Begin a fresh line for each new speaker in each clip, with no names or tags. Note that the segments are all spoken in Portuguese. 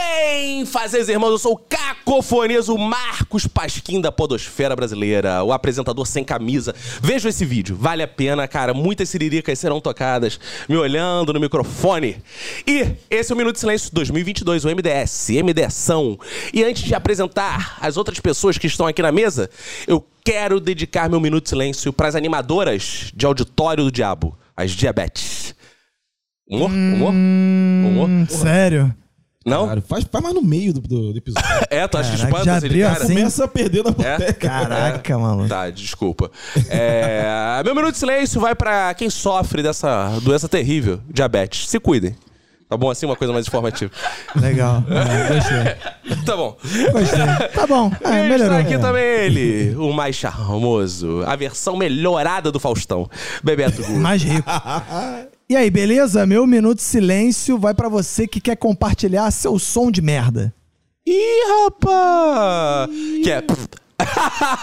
Bem, fazeres irmãos, eu sou o Cacofonias, o Marcos Pasquim da Podosfera Brasileira, o apresentador sem camisa. Vejam esse vídeo, vale a pena, cara. Muitas siriricas serão tocadas me olhando no microfone. E esse é o Minuto de Silêncio 2022, o MDS, MDSão. E antes de apresentar as outras pessoas que estão aqui na mesa, eu quero dedicar meu Minuto de Silêncio para as animadoras de Auditório do Diabo, as diabetes. Humor? Humor? Humor?
Hum, sério?
Não?
Cara, faz, faz mais no meio do, do- do episódio.
É, tu acha que
Caraca,
espanta
já
assim de
abriu
cara?
assim?
Começa a perder
É?
na boteca.
Caraca, maluco.
Tá, desculpa. É, meu minuto de silêncio vai pra quem sofre dessa doença terrível, diabetes. Se cuidem. Tá bom? Assim, uma coisa mais informativa.
Legal. É, gostei.
Tá bom.
Gostei. Tá bom. É,
E Está
melhorou.
aqui
É.
também ele, o mais charmoso, a versão melhorada do Faustão, Bebeto Gu.
Mais rico. E aí, beleza? Meu minuto de silêncio vai pra você que quer compartilhar seu som de merda.
Ih, rapaz! Que é...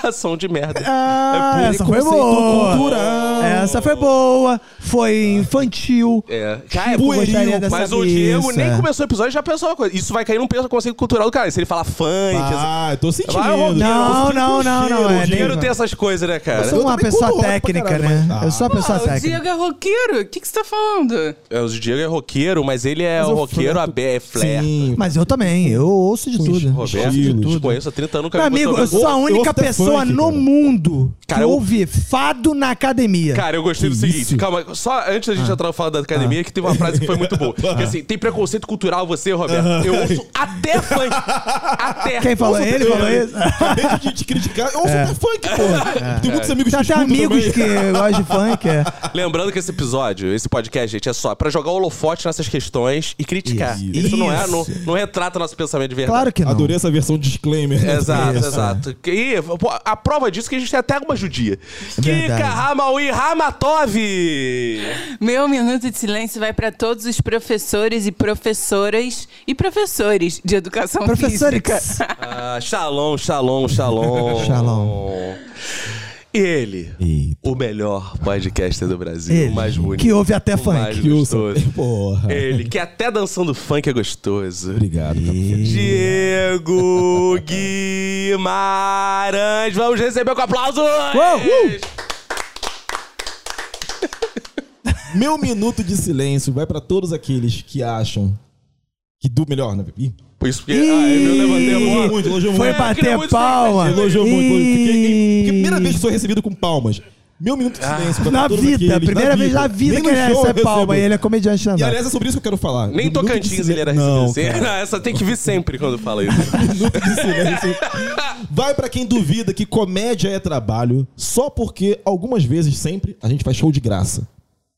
Som de merda.
Ah,
É,
essa foi
conceito
boa.
cultural.
Essa foi boa. Foi infantil.
É. Cara,
Tipo, eu
pueril,
gostaria dessa
mas o
brisa.
Diego nem começou o episódio e já pensou uma coisa. Isso vai cair num pensa- conceito cultural do cara. Se ele falar funk, assim.
Ah, eu tô sentindo.
Vai, Rodrigo.
Não, não, não,
Eu tô sentindo o
não, é
cheiro, o cheiro
Dinheiro
nem-
tem essas coisas, né, cara?
Eu sou um uma
também
pessoa
curto rock pra
técnica,
caralho,
né?
mas-
Eu sou uma pessoa
Ah, o
técnica.
Diego é roqueiro? O que que você tá falando?
É, O Diego é roqueiro, mas ele é
Mas
o
eu
roqueiro
flerto-
a é flare.
Sim.
Mas eu também, eu ouço de tudo.
Roberto, tipo,
Estilo,
te
tudo.
conheço há 30 anos, nunca
Meu
vi você
amigo, um eu
ouvindo-
sou a
Eu
única
ouço até
pessoa
funk,
no
cara.
mundo que
Cara, eu-
ouve fado na academia.
Cara, eu gostei do
Que
seguinte,
isso?
calma, só antes da gente
Ah.
entrar no falar da academia, que teve uma frase que foi muito boa. Que assim, tem preconceito cultural você, Roberto. Eu ouço até funk. Até.
Quem falou
Ouço
ele?
até-
Falou isso? É.
Acabei de te criticar. Eu ouço até funk, porra. Tem muitos amigos
Tem até
escutam
amigos
também.
que gostam de funk. É.
Lembrando que esse episódio, esse podcast, gente, é só pra jogar holofote nessas questões e criticar. Isso,
Isso.
não é,
Isso.
não, não retrata nosso pensamento de verdade.
Claro que não.
Adorei essa versão disclaimer.
Exato,
Isso.
exato. E pô, a prova disso é que a gente tem até alguma judia.
É verdade.
Kika Ramaui Ramatov!
Meu minuto de silêncio vai para todos os professores e professoras e professores de educação
Professorica.
física.
Ah, shalom, shalom, shalom.
Shalom.
E ele,
Eita.
o melhor podcaster do Brasil,
Ele,
o mais bonito.
que ouve até
o
funk.
mais
Que ouça.
gostoso.
Porra.
Ele, que é até dançando funk é gostoso.
Obrigado.
Diego Guimarães. Vamos receber com aplausos!
Uou, uh!
Meu minuto de silêncio vai pra todos aqueles que acham que do melhor, né, Bibi?
Por isso que. Ah, eu levantei a mão.
Elogiou muito, elogiou
Foi
muito.
pra- queria
bater
muito
palma.
Elogiou muito. elogiou muito. Fiquei-
Ih.
fiquei- Primeira vez que sou recebido com palmas. Meu minuto de silêncio vai pra
Na
todos
vida,
aqueles-
primeira vez na vida
Nem
que
no
ele
show eu
recebe palma e
recebo.
ele é comediante
E
stand-up.
aliás, é sobre isso que eu quero falar.
Nem
Minuto de
Tocantins ele era
silêncio-
recebido.
Não,
assim.
cara.
Essa tem que vir sempre quando fala isso.
Minuto de silêncio. Vai pra quem duvida que comédia é trabalho só porque algumas vezes, sempre, a gente faz show de graça.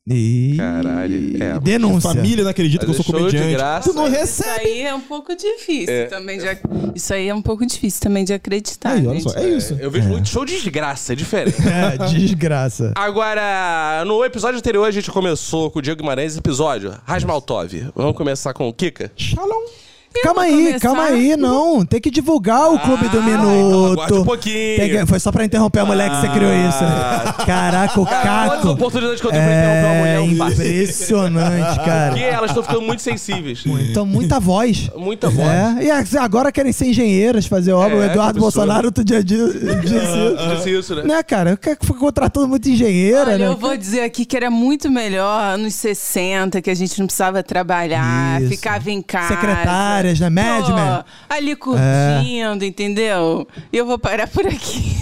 Ih,
Caralho. É,
denúncia.
Família não acredita que eu
Fazer
sou
show de
comediante.
graça.
Tu não
Isso
recebe.
aí é um pouco difícil também de ac- Isso aí é um pouco difícil também de acreditar.
Aí, olha
gente.
só. É isso.
eu vejo muito show de desgraça, é diferente.
É, desgraça.
Agora, no episódio anterior a gente começou com o Diego Guimarães, episódio Rasmaltov. Vamos começar com o Kika?
Shalom.
Eu
Calma
vou
aí,
começar-
calma aí, não. Tem que divulgar o Clube do
Ah, então
Minuto.
aguarde um pouquinho.
Tem que- Foi só pra interromper a mulher que você criou isso. né? Caraca, o
Ah, Quantas
Caco.
oportunidades que eu tenho pra interromper uma mulher,
É
eu faço.
impressionante,
Porque
cara.
elas estão ficando é muito sensíveis.
Então, muita voz.
Muita voz. Ah,
É, e as- agora querem ser engenheiras, fazer obra.
É,
o
que
Eduardo
absurdo.
Bolsonaro outro dia di- disse isso.
Disse isso, né?
Né, cara? Eu que- Foi contratando muito engenheira,
Olha,
né?
eu vou dizer aqui que era muito melhor anos 60, que a gente não precisava trabalhar,
Isso.
ficava em casa.
Secretárias, né? Mad
Pô,
Men.
Ali curtindo, entendeu? E eu vou parar por aqui.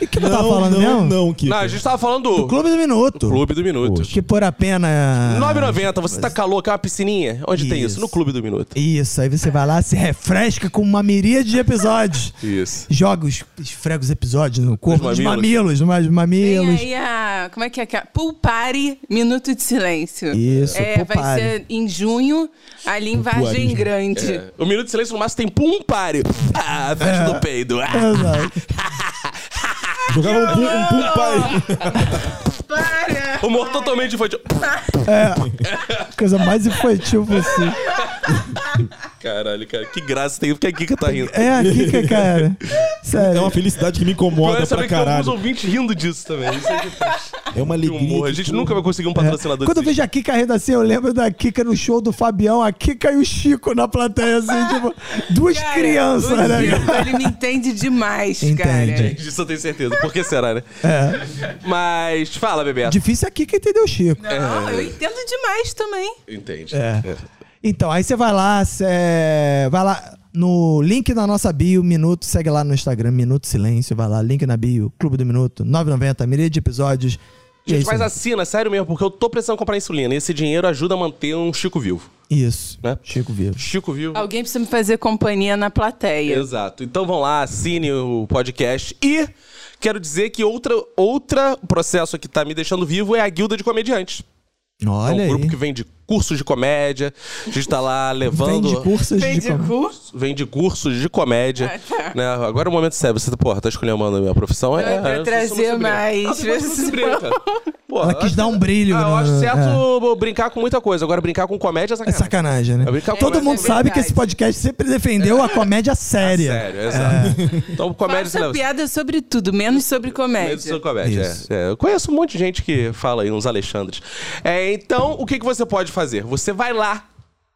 E que não,
Não,
tá falando
não,
mesmo?
não, Kiko.
Não, a gente tava falando do Clube,
Clube do Minuto.
do Minuto.
Que por apenas.
9,90, você tá calor, quer uma piscininha? Onde tem isso?
Isso.
No Clube do Minuto.
Isso, aí você vai lá, se refresca com uma miríade de episódios.
Isso.
Joga os esfrega os episódios no corpo,
Os
os
mamilos.
mamilos, os ma- os mamilos.
Tem aí a. Como é que é? que é? Pool Party Minuto de Silêncio.
Isso,
É,
pool
vai
party.
ser em junho, ali em Vargem
Popularismo.
Grande.
É. O Minuto de Silêncio no máximo tem pum pare. Ah, festa
É.
do peido. Ah.
Exato.
Jogava um, pum- um pum pai.
Para!
Humor totalmente infantil.
Coisa mais infantil possível.
Caralho, cara, que graça tem. Por que a Kika tá rindo?
É a Kika, cara. Sério.
É uma felicidade que me
Eu
incomoda
quero
pra
saber que tem alguns
caralho.
ouvintes rindo disso também. Isso é que faz
É uma alegria.
humor. A
que
gente
tudo-
nunca vai conseguir um
É.
patrocinador
Quando eu
desse.
vejo a Kika rindo assim, eu lembro da Kika no show do Fabião, a Kika e o Chico na plateia, assim, tipo, duas
Cara,
crianças,
o
né?
Gildo, Ele me entende demais, cara.
Entende.
Disso eu tenho certeza. Por que será, né?
É.
Mas fala, Bebeto.
Difícil é a Kika entender o Chico.
Não, eu entendo demais também.
Entende.
É. Então, aí você vai lá, cê- vai lá no link na nossa bio, Minuto, segue lá no Instagram, Minuto Silêncio, vai lá, link na bio, Clube do Minuto, 9,90, miríade de episódios. E é
Gente,
isso.
mas
aí.
assina, assim, né? sério mesmo, porque eu tô precisando comprar insulina. E esse dinheiro ajuda a manter um Chico vivo.
Isso.
Né?
Chico Vivo.
Chico vivo.
Alguém precisa me fazer companhia na plateia.
Exato. Então vão lá, assine o podcast. E quero dizer que outra, outra processo que tá me deixando vivo é a Guilda de Comediantes. É um
Olha
grupo
aí.
que vende cursos de comédia. A gente tá lá levando.
Vende cursos
Vem
de...
de curso.
Vende cursos de comédia.
Ah, tá.
né? Agora é o momento sério. Você, porra, tá escolhendo a minha profissão?
Não, é pra
eu
trazer
sou sombrio.
mais
Ah, você gosta de
pessoas.
sombrio, cara. Porra,
Ela quis dar um brilho.
Ah, eu
né?
acho
É.
certo brincar com muita coisa. Agora, brincar com comédia é
É
sacanagem.
sacanagem, né?
É brincar com
Todo
comédia.
mundo
É
sabe que
verdade.
esse podcast sempre defendeu a comédia séria.
Sério, exato.
É.
Então, comédia
Faça
leva-
piada sobre tudo, menos sobre comédia.
Medo de ser comédia,
Isso.
é. É, Eu conheço um monte de gente que fala aí, uns Alexandres. É, então, o que, que você pode fazer? Você vai lá,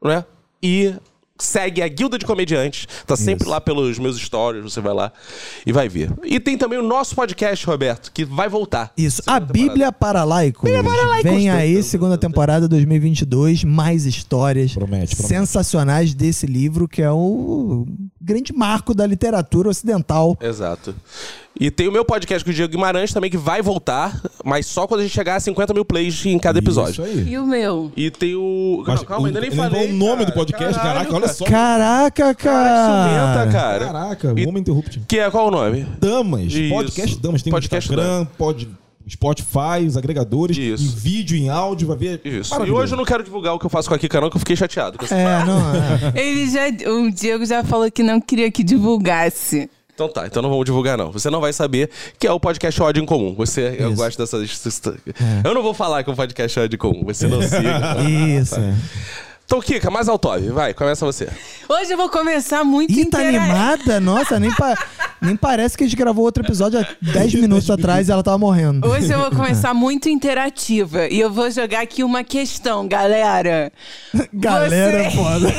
né? E segue a Guilda de Comediantes. Tá sempre lá pelos meus stories, você vai lá e vai ver. E tem também o nosso podcast, Roberto, que vai voltar.
Isso,
Segunda
a Bíblia para laicos.
para laicos.
Vem aí, segunda temporada 2022, mais histórias
Promete, promete.
sensacionais desse livro, que é o grande marco da literatura ocidental.
Exato. E tem o meu podcast com o Diego Guimarães também, que vai voltar, mas só quando a gente chegar a 50 mil plays em cada
Isso
episódio.
aí.
E o meu?
E tem o.
Mas
Não, calma,
o-
ainda nem
ele não
falei.
falou o nome
cara.
do podcast,
Caralho,
caraca, olha É só.
Caraca, cara!
Cara, isso aumenta, cara.
Caraca,
E-
vamos interrupt.
Que é qual o nome?
Damas,
Isso.
podcast Damas, tem
Podcast
no Instagram, pode Spotify, os agregadores,
Isso.
em vídeo, em áudio, vai ver.
Isso. E
Maravilhoso.
hoje eu não quero divulgar o que eu faço com a Kika, não, que eu fiquei chateado. com essa-
É, não, é.
Ele já, o Diego já falou que não queria que divulgasse.
Então tá, então não vamos divulgar, não. Você não vai saber que é o podcast Ódio em Comum. Você, eu
Isso.
gosto dessas. Eu não vou falar que é um podcast Ódio em Comum, você
É.
não siga.
Isso.
então, Kika, mais autove, vai, começa você.
Hoje eu vou começar muito
Ih, tá
intera-
animada? Nossa, nem, pa- nem parece que a gente gravou outro episódio há 10 minutos atrás e ela tava morrendo.
Hoje eu vou começar muito interativa e eu vou jogar aqui uma questão, galera.
Galera,
Você-
foda.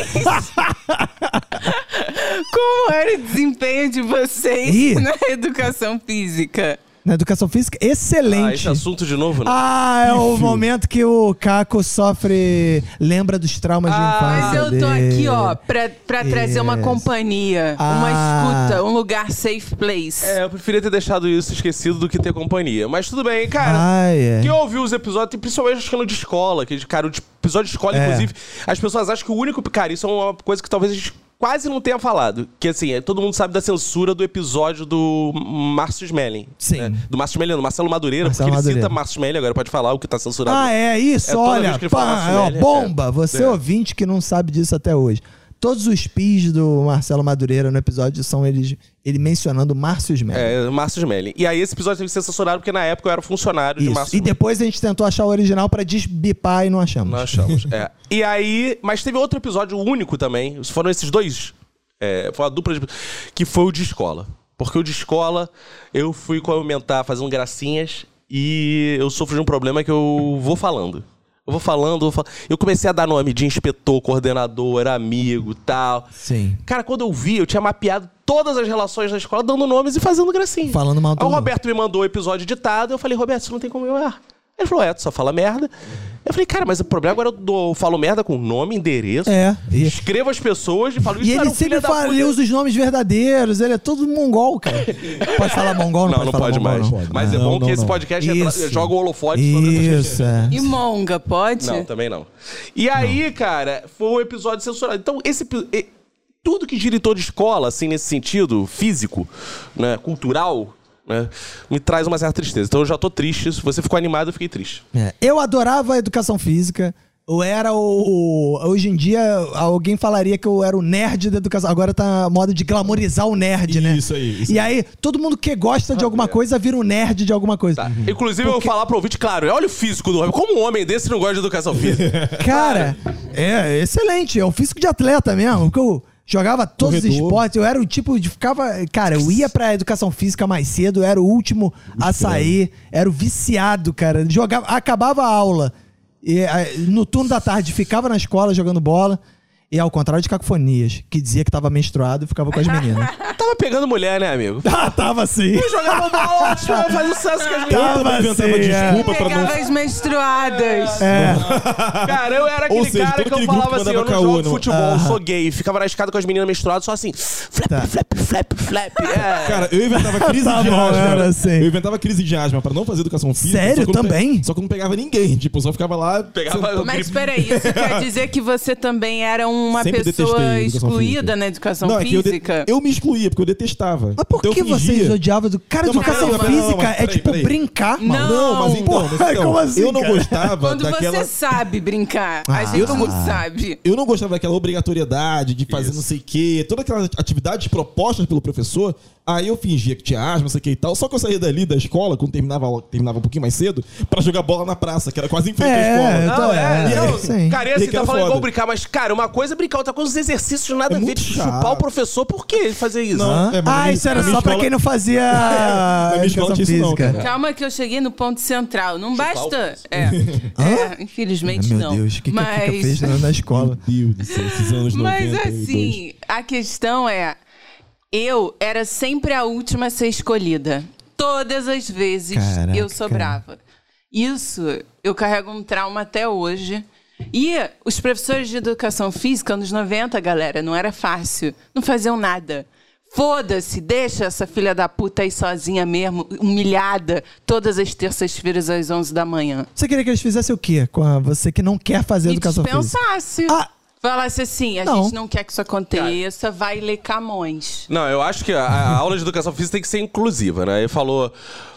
Como era o desempenho de vocês
Ih.
na educação física?
Na educação física,
Ah,
excelente.
esse assunto de novo, não.
Ah, é o momento que o Caco sofre. Lembra dos traumas
Ah,
de
Ah,
Mas
infância.
eu tô
dele.
aqui, ó, pra, pra trazer uma
Yes.
companhia,
Ah.
uma escuta, um lugar safe place.
É, eu preferia ter deixado isso esquecido do que ter companhia. Mas tudo bem, cara.
Ah, é.
Quem ouviu os episódios, principalmente acho que no de escola, que, cara, o de- episódio de escola,
É.
inclusive, as pessoas acham que o único. Cara, isso é uma coisa que talvez a gente quase não tenha falado. Que assim, é, todo mundo sabe da censura do episódio do Márcio Smelling.
Sim.
né? Do Márcio Smelling, do Marcelo Madureira,
Marcelo
porque ele
Madureira.
cita Márcio Smelling, agora pode falar o que tá censurado.
Ah, é isso,
É toda vez
olha.
que ele fala
Pá,
isso,
é, ó,
né?
bomba!
É.
Você
É.
ouvinte que não sabe disso até hoje. Todos os pis do Marcelo Madureira no episódio são eles, ele mencionando Márcio Smelly.
É, Márcio Smelling. E aí esse episódio teve que ser censurado porque na época eu era funcionário de
isso.
Márcio
E depois a gente tentou achar o original pra desbipar e não achamos.
Nós achamos. é. E aí. Mas teve outro episódio único também. Foram esses dois. é, foi a dupla de. Que foi o de escola. Porque o de escola, eu fui comentar, fazendo gracinhas. E eu sofro de um problema que eu vou falando. Eu vou falando, vou falando. Eu comecei a dar nome de inspetor, coordenador, amigo tal.
Sim.
Cara, quando eu vi, eu tinha mapeado todas as relações da escola, dando nomes e fazendo gracinha.
Falando mal do
Aí o
mundo.
Roberto me mandou o episódio editado, eu falei, Roberto, isso não tem como eu errar. Ele falou, é, tu só fala merda. Eu falei, cara, mas o problema agora eu, dou- eu falo merda com nome, endereço,
É. E,
escrevo as pessoas e falo isso
e
era
ele
um filho
sempre
da
fala,
puta.
ele usa os nomes verdadeiros, ele é todo mongol, cara. Pode falar mongol, não,
Não, não
falar
pode
mongol,
mais.
não.
Mas é
Não,
bom
não,
que esse
não.
podcast é
Isso.
tra- joga o holofote sobre essas
Isso, é.
E monga, pode?
Não, tá. também não. E aí, cara, foi um episódio censurado. Então, esse. epi- e- Tudo que diretor de escola, assim, nesse sentido, físico, né, cultural, né, me traz uma certa tristeza. Então eu já tô triste. Se você ficou animado, eu fiquei triste.
É, Eu adorava a educação física. Eu era o, o- Hoje em dia, alguém falaria que eu era o nerd da educação. Agora tá a moda de glamorizar o nerd, né?
Isso aí, isso
e aí, todo mundo que gosta
Ah,
de
é.
alguma coisa vira um nerd de alguma coisa.
Tá. Inclusive, eu vou falar pro ouvinte, claro, olha o físico do homem. Como um homem desse não gosta de educação física?
Cara, é excelente. É um físico de atleta mesmo. Porque eu jogava todos os
Corredor.
esportes. Eu era o tipo de. Ficava. Cara, eu ia pra educação física mais cedo, eu era o último a sair. Era o viciado, cara. Jogava, acabava a aula. E, ah, no turno da tarde, ficava na escola jogando bola. E ao contrário de Cacofonias, que dizia que tava menstruado, eu ficava com as meninas.
Tava pegando mulher, né, amigo?
ah, tava sim.
Eu jogava bola, tipo, fazia sucesso com as meninas.
Eu também inventava
assim, é.
desculpa pra
Pegava
não.
as menstruadas.
Cara, eu era aquele
Ou seja,
cara
todo
que eu
aquele grupo
falava
que
assim, eu não Ah.
mandava
jogo
caô, não.
futebol, eu sou gay. Ficava na escada com as meninas menstruadas, só assim, flap,
Tá.
flap, flap, flap. É.
Cara, eu inventava crise
Tá
de
bom,
asma.
era assim.
Eu inventava crise de asma pra não fazer educação física.
Sério?
só que eu não pe-
Também?
Só que eu não pegava ninguém. Tipo, eu só ficava lá.
Pegava o
Mas
gripe.
peraí, isso quer dizer que você também era uma
Sempre
pessoa
detestei educação física.
excluída na educação
Não, é que eu, de-
física?
eu me excluía, porque eu detestava.
Mas por
Então eu
que vocês
fingia-
odiavam? Do... Cara,
Não, mas
educação
calma,
física
não, mas
é
peraí,
tipo
peraí.
brincar, mano.
Não.
Não, mas então, mas
Porra,
então,
como assim,
eu não
cara?
gostava
Quando
daquela.
você sabe brincar,
Ah,
a gente
eu não vou-
sabe.
Eu não gostava daquela obrigatoriedade de fazer
Isso.
não sei o quê, todas aquelas atividades propostas pelo professor. Aí eu fingia que tinha asma, não sei o que e tal. Só que eu saía dali da escola, quando terminava, a aula- terminava um pouquinho mais cedo, pra jogar bola na praça, que era quase em frente à
É,
escola.
eu
Não, é,
É,
não.
sim.
Cara, e assim,
E que
tá
era
falando igual
foda.
brincar, mas, cara, uma coisa é brincar, outra coisa, os exercícios nada
É
a ver.
muito
Tipo,
chato.
chupar o professor, por que ele fazer isso?
Não.
Hã?
É, mas na
ah,
minha-
isso era
na minha
só pra
escola-
quem não fazia
minha
educação
escola tinha isso não,
física.
cara.
Calma que eu cheguei no ponto central. Não basta. É, é, infelizmente
Ah, Meu
não.
Deus, o que, que né? a Kika
Mas-
fez na, na escola?
Meu Deus do céu, esses anos 90.
Mas é
e dois.
assim, a questão é: eu era sempre a última a ser escolhida. Todas as vezes
Caraca.
eu sobrava. Isso eu carrego um trauma até hoje. E os professores de educação física, anos 90, galera, não era fácil. Não faziam nada. Foda-se, deixa essa filha da puta aí sozinha mesmo, humilhada, todas as terças-feiras às 11 da manhã.
Você queria que eles fizessem o quê com a- você que não quer fazer
Me
é educação física?
dispensasse.
Ah.
Falasse assim, a
Não.
gente não quer que isso aconteça, vai ler Camões.
Não, eu acho que a, a aula de educação física tem que ser inclusiva, né? Ele falou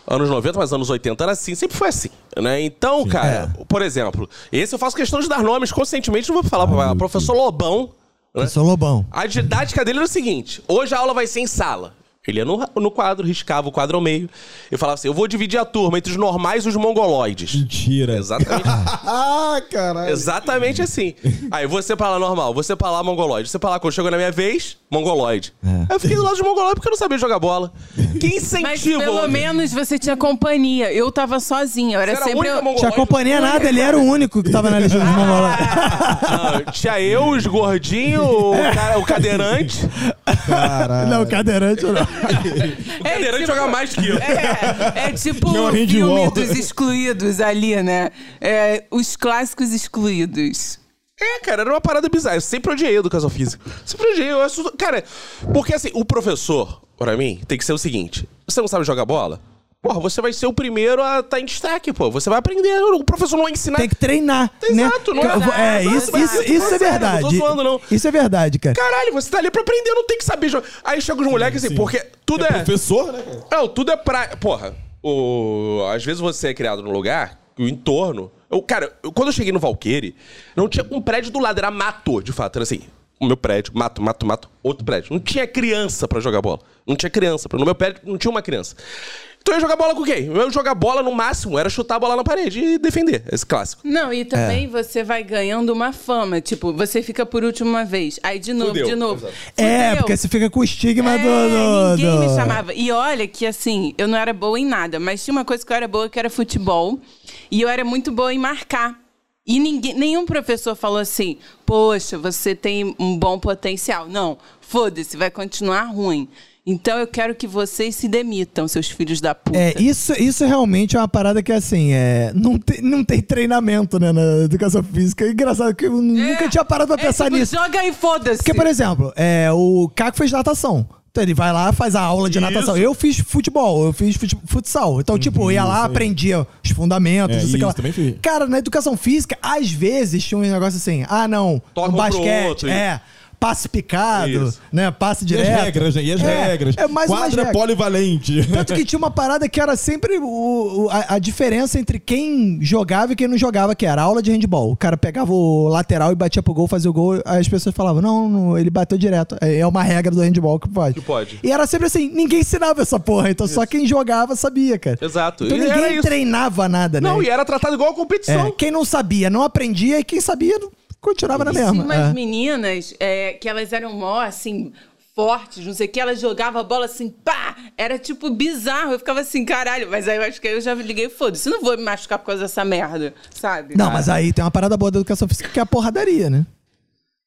anos 90, mas anos 80 era assim, sempre foi assim, né? Então, cara, por exemplo, esse eu faço questão de dar nomes conscientemente, não vou falar pra professor Lobão. né?
Eu sou lobão.
A didática dele era o seguinte: hoje a aula vai ser em sala. Ele ia no, no quadro, riscava o quadro ao meio e falava assim: eu vou dividir a turma entre os normais e os mongoloides.
Mentira.
Exatamente.
Ah, caralho.
Exatamente assim. Aí você pra lá normal, você pra lá mongoloide, você pra lá quando chegou na minha vez, mongoloide. Aí eu fiquei do lado de mongoloide porque eu não sabia jogar bola. Que
Mas
incentivo!
pelo menos você tinha companhia. Eu tava sozinha. Eu era,
Você era a
sempre.
única
Te
mongoloide.
acompanhei nada, ele era o único que tava na lista dos mongolais.
Não, Ah, tinha eu, os gordinhos, o, cara- o cadeirante.
Caralho.
Não, cadeirante não.
O cadeirante joga mais que eu.
tipo É, é tipo
Tinha um
o filme
handball.
dos excluídos ali, né? É, os clássicos excluídos.
É, cara, era uma parada bizarra. Eu sempre odiei a educação física. Sempre odiei. Eu acho... Cara, porque assim, o professor, pra mim, tem que ser o seguinte: você não sabe jogar bola? Porra, você vai ser o primeiro a estar em destaque, pô. Você vai aprender. O professor não vai ensinar.
Tem que treinar, né?
Exato, não é?
Eu vou- É,
Exato,
isso,
mas
isso,
eu tô
isso é
sério,
verdade.
não tô zoando, não.
Isso é verdade, cara.
Caralho, você tá ali pra aprender, não tem que saber jogar. Aí chega os moleques assim, porque tudo
É
é.
professor, né, cara?
Não, tudo é pra. Porra, o... às vezes você é criado num lugar, o entorno. Eu, cara, eu- quando eu cheguei no Valqueire, não tinha um prédio do lado, era mato, de fato. Era assim, o meu prédio, mato, mato, mato, outro prédio. Não tinha criança pra jogar bola. Não tinha criança. No meu prédio não tinha uma criança. Então eu ia jogar bola com quem? Eu ia jogar bola no máximo, era chutar a bola na parede e defender. Esse clássico.
Não, e
É.
também você vai ganhando uma fama. Tipo, você fica por último uma vez. Aí de novo,
Fudeu.
de novo.
É,
Fudeu.
porque você fica com o estigma
É,
do, do-
ninguém me
do-
chamava. E olha que assim, eu não era boa em nada, mas tinha uma coisa que eu era boa, que era futebol. E eu era muito boa em marcar. E ninguém, nenhum professor falou assim: Poxa, você tem um bom potencial. Não, foda-se, vai continuar ruim. Então eu quero que vocês se demitam, seus filhos da puta.
É, isso, isso realmente é uma parada que, assim, é, não, tem, não tem treinamento, né, na educação física. É engraçado que eu nunca tinha parado pra
É,
pensar
tipo,
nisso.
Joga aí, foda-se.
Porque, por exemplo, é, o Caco fez natação. Então ele vai lá, faz a aula de natação. Eu fiz futebol, eu fiz fut- futsal. Então, tipo, eu ia lá, aprendia os fundamentos,
Uhum, É,
não sei o que
isso,
lá.
também fiz.
Cara, na educação física, às vezes tinha um negócio assim, ah, não,
Toca um
no
pro
basquete,
outro,
é. passe picado,
Isso.
né? Passe
E as
direto.
regras, né? E as
É,
regras.
É mais
Quadra
uma Tá,
polivalente.
Tanto que tinha uma parada que era sempre o- o- a, a diferença entre quem jogava e quem não jogava, que era aula de handball. O cara pegava o lateral e batia pro gol, fazia o gol, aí as pessoas falavam, não, não, ele bateu direto. É é uma regra do handball que pode.
Que pode.
E era sempre assim, ninguém ensinava essa porra, então só quem jogava sabia, cara.
Exato.
Então
E
ninguém
era isso.
treinava nada, né?
Não, e era tratado igual a competição.
É, quem não sabia não aprendia, e quem sabia não- continuava na mesma.
Sim, umas
É.
meninas é, que elas eram mó, assim, fortes, não sei o que, elas jogavam a bola assim, pá! Era tipo bizarro. Eu ficava assim, caralho, mas aí eu acho que aí eu já liguei, foda-se, não vou me machucar por causa dessa merda, sabe?
Não, mas aí tem uma parada boa da educação física que é a porradaria, né?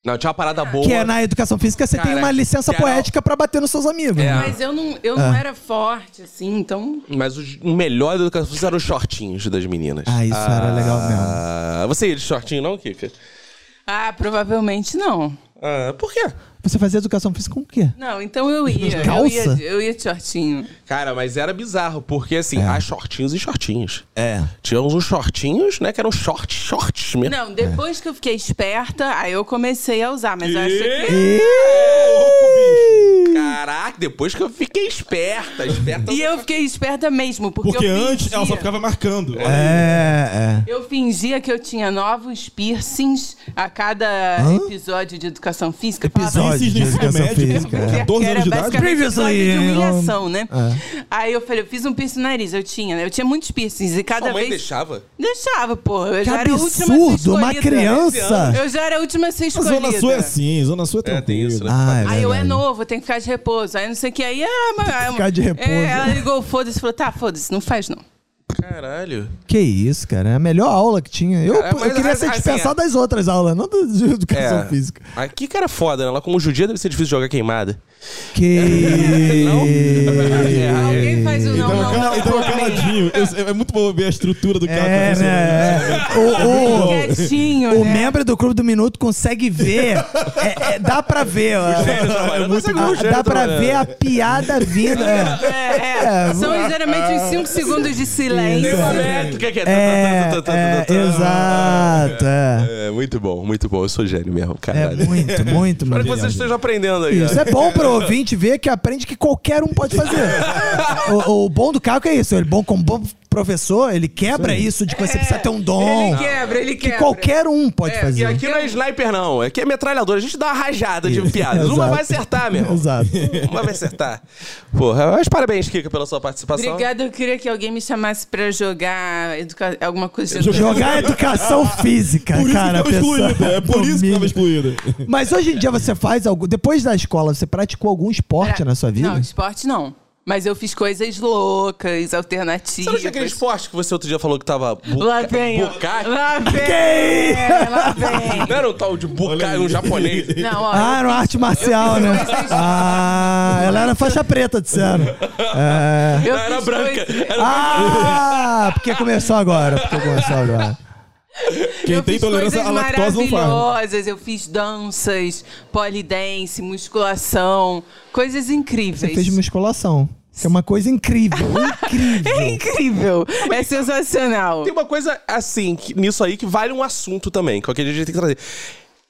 Não, tinha uma parada boa.
Que é na educação física você tem
Cara,
uma licença
geral-
poética pra bater nos seus amigos.
É.
né?
Mas eu não, eu não era forte, assim, então.
Mas os- o melhor da educação física eram os shortinhos das meninas.
Ah, isso era legal mesmo.
Ah, você ia de shortinho não, Kika?
Ah, provavelmente não.
Ah, por quê?
Você fazia educação física com o quê?
Não, então eu ia. Eu ia,
Calça?
eu ia de shortinho.
Cara, mas era bizarro, porque assim, há shortinhos e shortinhos.
É.
Tinha uns shortinhos, né, que eram short, shorts mesmo.
Não, depois que eu fiquei esperta, aí eu comecei a usar, mas eu acho que.
E...
Caraca, depois que eu fiquei esperta, esperta.
E eu fiquei esperta mesmo, porque,
Porque
eu
antes
fingia-
ela só ficava marcando.
É, é.
Eu fingia que eu tinha novos piercings a cada episódio de educação física. Eu falava,
Episódio de
Esses de ensino
educação
médio,
física.
porque-
é.
14
que
anos de idade?
basicamente
Previously,
episódio de
hein,
humilhação, né? Aí eu falei, eu fiz um piercing no nariz, eu tinha, né? Eu tinha muitos piercings e cada
Sua mãe
vez...
deixava?
Deixava, porra. Eu
Que
já era a última a ser
absurdo, uma
escolhida.
criança.
Eu já era a última a ser
A
escolhida.
Zona Sul é assim, Zona Sul é
É, tem
tranquilo.
isso, né?
Ah, é
Aí eu é
verdade.
novo, tem que ficar de repouso. Aí não sei o que. Aí ah, mas- aí-
ficar de repouso.
É, ela ligou, foda-se, falou: tá, foda-se, não faz não.
Caralho.
Que isso, cara. É a melhor aula que tinha. Eu,
Cara,
eu
mas
queria
as-
ser
assim,
dispensado
é.
das outras aulas, não do- de educação física.
Aqui, cara, foda, né? Ela como judia deve ser difícil jogar queimada.
Que.
Alguém faz o não,
Então,
não, não.
cala- então
por mim.
caladinho. Eu- É muito bom ver a estrutura do cara. assim,
É,
acontecendo.
né? O, o,
Quietinho,
o
né?
membro do Clube do Minuto consegue ver. É, é, dá pra ver. ó.
trabalhando,
muito-
mas é com o
a-
gênio
dá pra
trabalhando.
ver a piada vindo. é.
É, é.
É,
São geralmente uns 5 segundos de silêncio.
Isso.
que que
tá,
É, é, exato. É,
É, muito bom, muito bom. Eu sou gênio mesmo,
é
caralho.
muito, muito,
Espero que
muito.
vocês estejam aprendendo aí.
Isso é bom pro ouvinte ver que aprende que qualquer um pode fazer. O, o bom do Caco é isso. Ele é bom como bom professor, ele quebra isso de que você precisa ter um dom.
É, Ele quebra, ele
que
quebra.
qualquer um pode
E
fazer.
aqui não é sniper, não. Aqui é metralhadora. A gente dá uma rajada de Tipo piadas. Uma
Exato.
vai acertar, meu irmão.
Exato.
Uma vai acertar. Porra, mas parabéns, Kika, pela sua participação.
Obrigada, eu queria que alguém me chamasse pra jogar educa... alguma coisa. de educação.
Jogar educação física,
Por isso
cara.
que tava excluído. É por isso que tava excluído.
Mas hoje em dia você faz algo. Depois da escola, você praticou algum esporte na sua vida?
É. Não, esporte não. Mas eu fiz coisas loucas, alternativas.
Você não tinha aquele esporte que você outro dia falou que tava buca...
Lá vem. ó.
bucaque?
Lá vem. é
Que-
Lá vem.
Não era um tal de bucaque,
Olha
um
aí.
japonês.
Não, ó.
Ah, era uma arte marcial, né? Ah, ela era faixa preta, disseram. É.
eu
Não, era
fiz
branca.
coisa-
Era-
Ah, porque começou agora. Porque começou agora.
Quem
eu
tem
fiz
tolerância à
coisas
lactose não faz.
maravilhosas, eu fiz danças, polidense, musculação, coisas incríveis.
Você fez musculação. Que é uma coisa incrível.
É
Incrível.
incrível, é sensacional.
Tem uma coisa assim, que- nisso aí, que vale um assunto também. Qualquer dia a gente tem que trazer.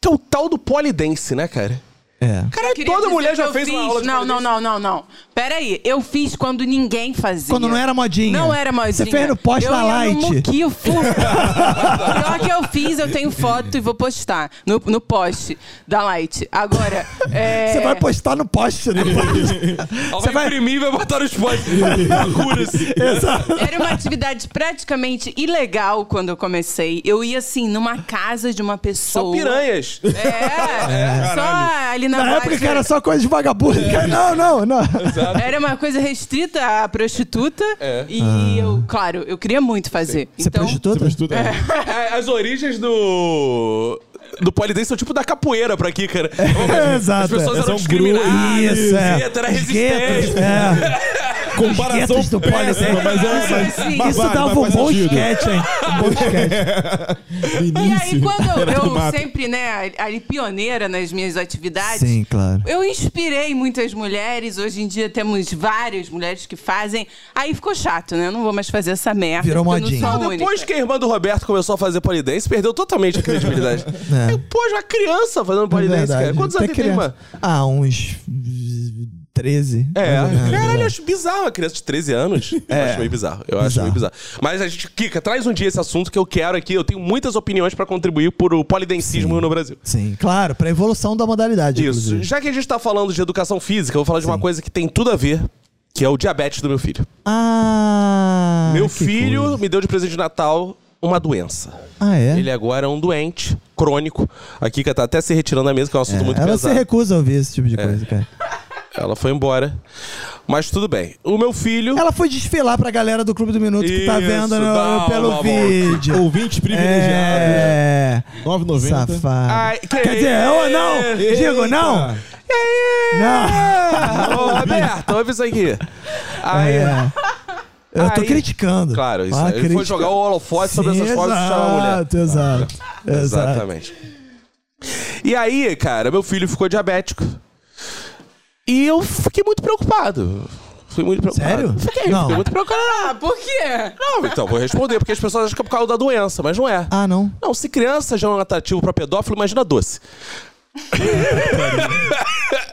Que é o tal do polidense, né, cara?
É.
Cara,
Queria
toda
dizer
mulher
que
já
eu
fez uma
fiz-
aula de
Não, não,
polidense.
não, não, não. Pera aí, eu fiz quando ninguém fazia.
Quando não era modinha.
Não era modinha.
Você fez no pós
eu
da
ia no
Light.
muquio fu- Pior que eu fiz, eu tenho foto e vou postar no, no poste da Light. Agora, é...
Você vai postar no poste, né?
Ela vai, imprimir e vai botar nos pós. Cura-se.
Exato.
Era uma atividade praticamente ilegal quando eu comecei. Eu ia, assim, numa casa de uma pessoa.
Só piranhas.
É, só ali na,
Na época
Baixa.
que era só coisa de vagabundo. Não, não, não.
Era uma coisa restrita à prostituta.
É.
E eu, claro, eu queria muito fazer.
Ah. Você é
então,
Você
prostituta?
prostituta?
É, As origens do. Do polidense são tipo da capoeira pra aqui, cara. As
exato,
pessoas
é.
eram
São
discriminadas.
Isso, é.
gueto, Era
Os guetos,
resistente.
É.
Comparação
Esquetas do
péssima,
Politex.
mas é- mas-
Isso-
mas
Isso
vale,
dava
mas
um
faz
bom
sentido.
esquete, hein? Um bom esquete.
No
E
início,
aí, quando eu-
era tudo
eu
mato.
sempre, né, ali pioneira nas minhas atividades,
Sim, claro.
eu inspirei muitas mulheres. Hoje em dia temos várias mulheres que fazem. Aí ficou chato, né? Eu não vou mais fazer essa merda.
Virou
porque eu não
modinha.
sou a
Não,
Depois
única.
que a irmã do Roberto começou a fazer polidense, perdeu totalmente a credibilidade.
É.
É. Pô, uma criança fazendo polidense, cara. Quantos anos
Até
tem tem,
Tá criança.
irmã?
Ah, uns 13.
É.
mais ou menos,
Caralho,
né?
eu acho bizarro. Uma criança de 13 anos. Eu acho meio bizarro. Eu acho
É. Bizarro.
meio bizarro. Mas a gente, Kika, traz um dia esse assunto que eu quero aqui. Eu tenho muitas opiniões pra contribuir por o polidencismo no Brasil.
Sim, claro, pra evolução da modalidade.
Isso.
inclusive.
Já que a gente tá falando de educação física, eu vou falar de uma coisa que tem tudo a ver, que é o diabetes do meu filho.
Ah.
meu
que
filho
coisa.
me deu de presente de Natal uma doença.
Ah, é?
Ele agora é um doente crônico. A Kika tá até se retirando da mesa, que é um assunto
É,
muito
ela
pesado. É.
se recusa a ouvir esse tipo de coisa, cara.
Ela foi embora. Mas tudo bem. O meu filho.
Ela foi desfilar pra galera do Clube do Minuto que tá
Isso,
vendo no-
dá uma
pelo
volta.
vídeo.
Ouvintes privilegiados.
É.
9,90.
Safado.
né? Ai, que-
Quer dizer, eu não?
Eita.
Digo, não?
E aí?
Não.
Ô, Roberto, ouve isso aqui. Aí.
É. Eu tô
Aí-
criticando.
Claro, isso.
Uma
Ele foi
crítica.
jogar o holofote sobre
Sim,
essas fotos e chamar a mulher. Ah,
Exato, exato. Exato.
Exatamente. E aí, cara, meu filho ficou diabético. E eu fiquei muito preocupado. Fui muito preocupado.
Sério?
Fiquei,
Não.
fiquei muito preocupado.
Ah, por quê?
Não, então, vou responder, porque as pessoas acham que é por causa da doença, mas não é.
Ah, não.
Não, se criança já é um atrativo pra pedófilo, imagina doce.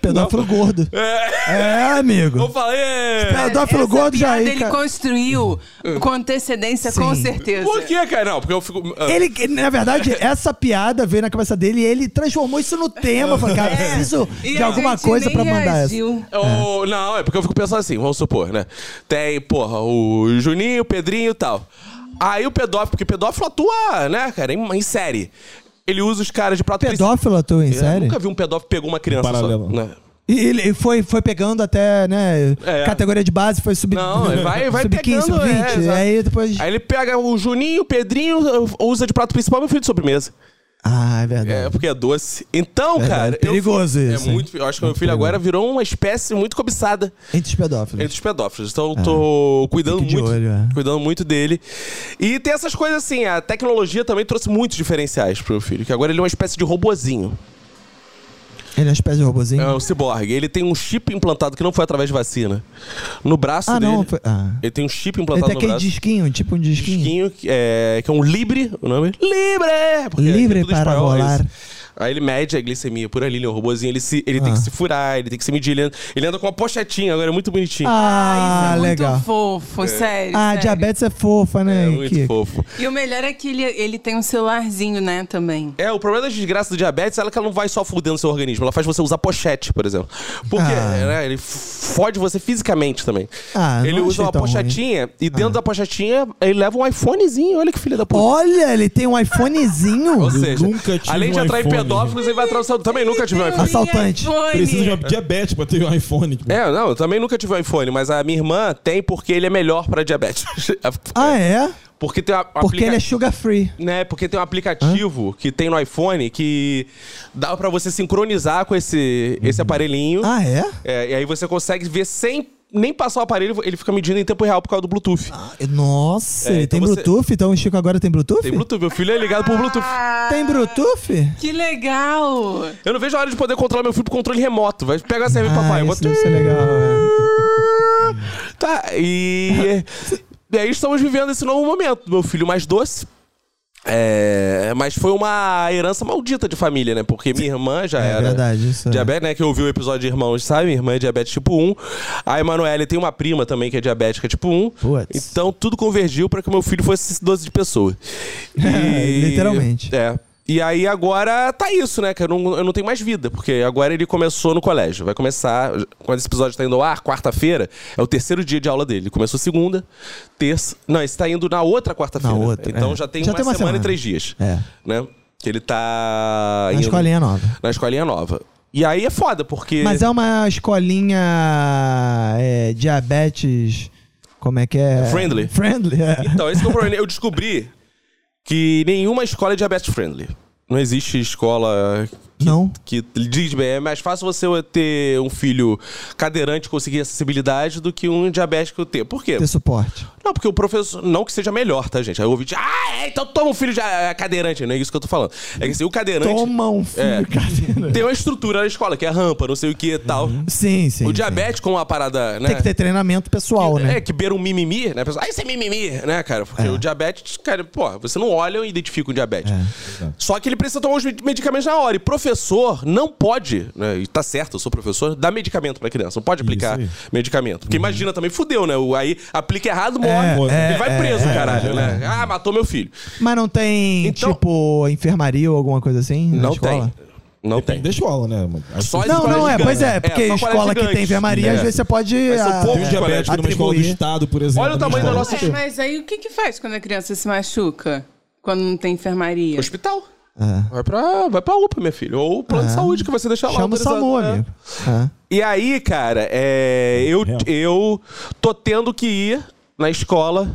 Pedófilo gordo. É,
Eu
amigo.
falei. "É."
Pedófilo
Essa
Ah, gordo já
piada
aí,
ele
cara.
construiu com antecedência, com
Sim.
certeza.
Por que, cara? Não, porque eu fico. ah,
Ele, ele, na verdade, essa piada veio na cabeça dele e ele transformou isso no tema. Eu falei, cara, preciso
É. E
de
a
alguma
gente
coisa
nem
pra mandar essa.
reagiu.
eu- Não, é porque eu fico pensando assim, vamos supor, né? Tem, porra, o Juninho, o Pedrinho e tal. Aí o pedófilo, porque pedófilo atua, né, cara, em, em série. Ele usa os caras de prato
Pedófilo atua em
principal. Eu
série?
nunca vi um pedófilo pegou uma criança
Paralelo.
só. né?
E ele foi, foi pegando até, né?
É.
Categoria de base, foi sub
Não, ele vai, vai
sub 15,
pegando,
sub 20.
é, exato.
aí depois.
Aí ele pega o Juninho, o Pedrinho, usa de prato principal meu filho de sobremesa.
Ah, é verdade.
É, porque é doce. Então,
Verdade,
cara.
é perigoso
eu,
isso,
É
hein?
muito. Eu acho que meu filho agora virou uma espécie muito cobiçada
Entre os pedófilos.
É, entre os pedófilos. Então, eu tô cuidando
É. Fique de
muito,
olho, é.
cuidando muito dele. E tem essas coisas assim. A tecnologia também trouxe muitos diferenciais pro meu filho, que agora ele é uma espécie de robozinho.
Ele é uma espécie de robozinho.
É um ciborgue. Ele tem um chip implantado que não foi através de vacina no braço
ah,
dele.
não. Foi, ah.
Ele tem um chip
Ele
implantado
tem
no
aquele
braço.
disquinho, tipo um disquinho.
Disquinho, que é, que é um Libre, o nome? Libre! Porque
Libre
é tudo em
para
é
rolar.
isso. Aí ele mede a glicemia por ali, ele é um robozinho, ele, se, ele tem
Ah.
que se furar, ele tem que se medir, ele anda, ele anda com uma pochetinha, agora é muito bonitinho.
Ah,
isso é
legal.
Muito fofo, sério.
Ah,
sério.
diabetes é fofa, né?
é muito
Kika?
fofo.
E o melhor é que ele, ele tem um celularzinho, né, também.
É, o problema da desgraça do diabetes é que ela não vai só fudendo o seu organismo, ela faz você usar pochete, por exemplo. Porque
Ah.
né, ele fode você fisicamente também.
Ah, não
ele usa
achei
uma
tão ruim. Ah.
pochetinha e dentro da pochetinha ele leva um iPhonezinho, olha que filha da puta.
Olha, ele tem um iPhonezinho.
Ou seja,
nunca tive
além de
um
atrair
iPhone.
pedófilos, ele vai atrair o seu... Também nunca tive um iPhone.
Assaltante.
iPhone.
Precisa de uma diabetes pra ter um iPhone. Tipo.
É, não, eu também nunca tive um iPhone, mas a minha irmã tem porque ele é melhor pra diabetes.
Ah, é?
Porque tem uma
Porque ele é sugar free.
né, porque tem um aplicativo que tem no iPhone que dá pra você sincronizar com esse, esse aparelhinho.
Ah, é?
É, e aí você consegue ver sem nem passar o aparelho, ele fica medindo em tempo real por causa do Bluetooth.
Ah, Nossa,
É,
ele
então
tem
você-
Bluetooth? Então o Chico agora tem Bluetooth?
Tem Bluetooth, meu filho é ligado por Bluetooth.
Tem Bluetooth?
Ah, Que legal!
Eu não vejo a hora de poder controlar meu filho por controle remoto. Vai pegar a cerveja,
Ah,
papai. Eu
isso
boto-
deve ser legal. é.
Tá, e. e aí estamos vivendo esse novo momento. Meu filho mais doce. É, mas foi uma herança maldita de família, né? Porque minha irmã já
É
era.
verdade, isso é.
Diabetes, né? Que eu ouvi o episódio de Irmãos, sabe? Minha irmã é diabetes tipo 1. A Emanuele tem uma prima também que é diabética tipo 1.
Puts.
Então tudo convergiu pra que meu filho fosse esse doce de pessoa. E-
Literalmente.
É. E aí agora tá isso, né? Que eu não, eu não tenho mais vida, porque agora ele começou no colégio. Vai começar. Quando esse episódio tá indo ao ar, quarta-feira, é o terceiro dia de aula dele. Ele começou segunda, terça. Não, esse tá indo na outra quarta-feira.
Na outra,
Então
é.
já tem
Já
uma
tem uma
semana, e
semana.
três dias.
É.
Né? Que ele tá.
Na
indo
escolinha nova.
Na escolinha nova. E aí é foda, porque.
Mas é uma escolinha é, diabetes. Como é que é?
Friendly.
Friendly, é.
Então, esse que é o problema. Eu descobri que nenhuma escola é diabetes friendly. Não existe escola
Não.
que diz bem, é mais fácil você ter um filho cadeirante conseguir acessibilidade do que um diabético ter. Por quê?
Ter suporte.
Não, porque o professor. Não que seja melhor, tá, gente? Aí o ouvinte. Ah, é, então toma um filho de ah, cadeirante. Não é isso que eu tô falando. É que assim, o cadeirante
Toma um filho,
É.
cadeira.
tem uma estrutura na escola, que é rampa, não sei o que e tal.
Sim, sim.
O
sim.
diabético é uma parada, né?
Uhum. Tem que ter treinamento pessoal, né? É.
É, que beira um mimimi, né? A Pessoa, ah, isso é mimimi, né, cara? Porque o diabetes, cara, pô, você não olha e identifica um diabetes.
É.
Só que ele precisa tomar os med- medicamentos na hora. E professor não pode, né? E tá certo, eu sou professor, dar medicamento pra criança. Não pode aplicar
aí.
medicamento. Porque imagina também, fudeu, né? O- Aí aplica errado, morre.
Uhum. É,
ele
é,
vai
é,
preso,
é,
caralho,
é.
né? Ah, matou meu filho.
Mas não tem,
Então-
tipo, enfermaria ou alguma coisa assim? na
Não
escola?
tem. Não tem.
Da escola, né? mano? Acho
Só Mas
que-
Não,
escola
não, é,
gigante.
pois
É,
é, porque
só
escola
colégio
que tem
gigante.
enfermaria,
É.
às vezes você pode.
são
ah,
poucos
Um
é,
diabético numa escola do
atribuir.
estado, por exemplo.
Olha o tamanho da
Escola-
nossa-
É, mas aí o que, que faz quando a criança se machuca? Quando não tem enfermaria?
Hospital.
É.
Vai pra, vai pra UPA, minha filha. Ou o plano de saúde que você deixar lá.
Chama o
autorizado.
SAMU,
É.
amigo. É.
E aí, cara, é, eu,
Real.
eu tô tendo que ir na escola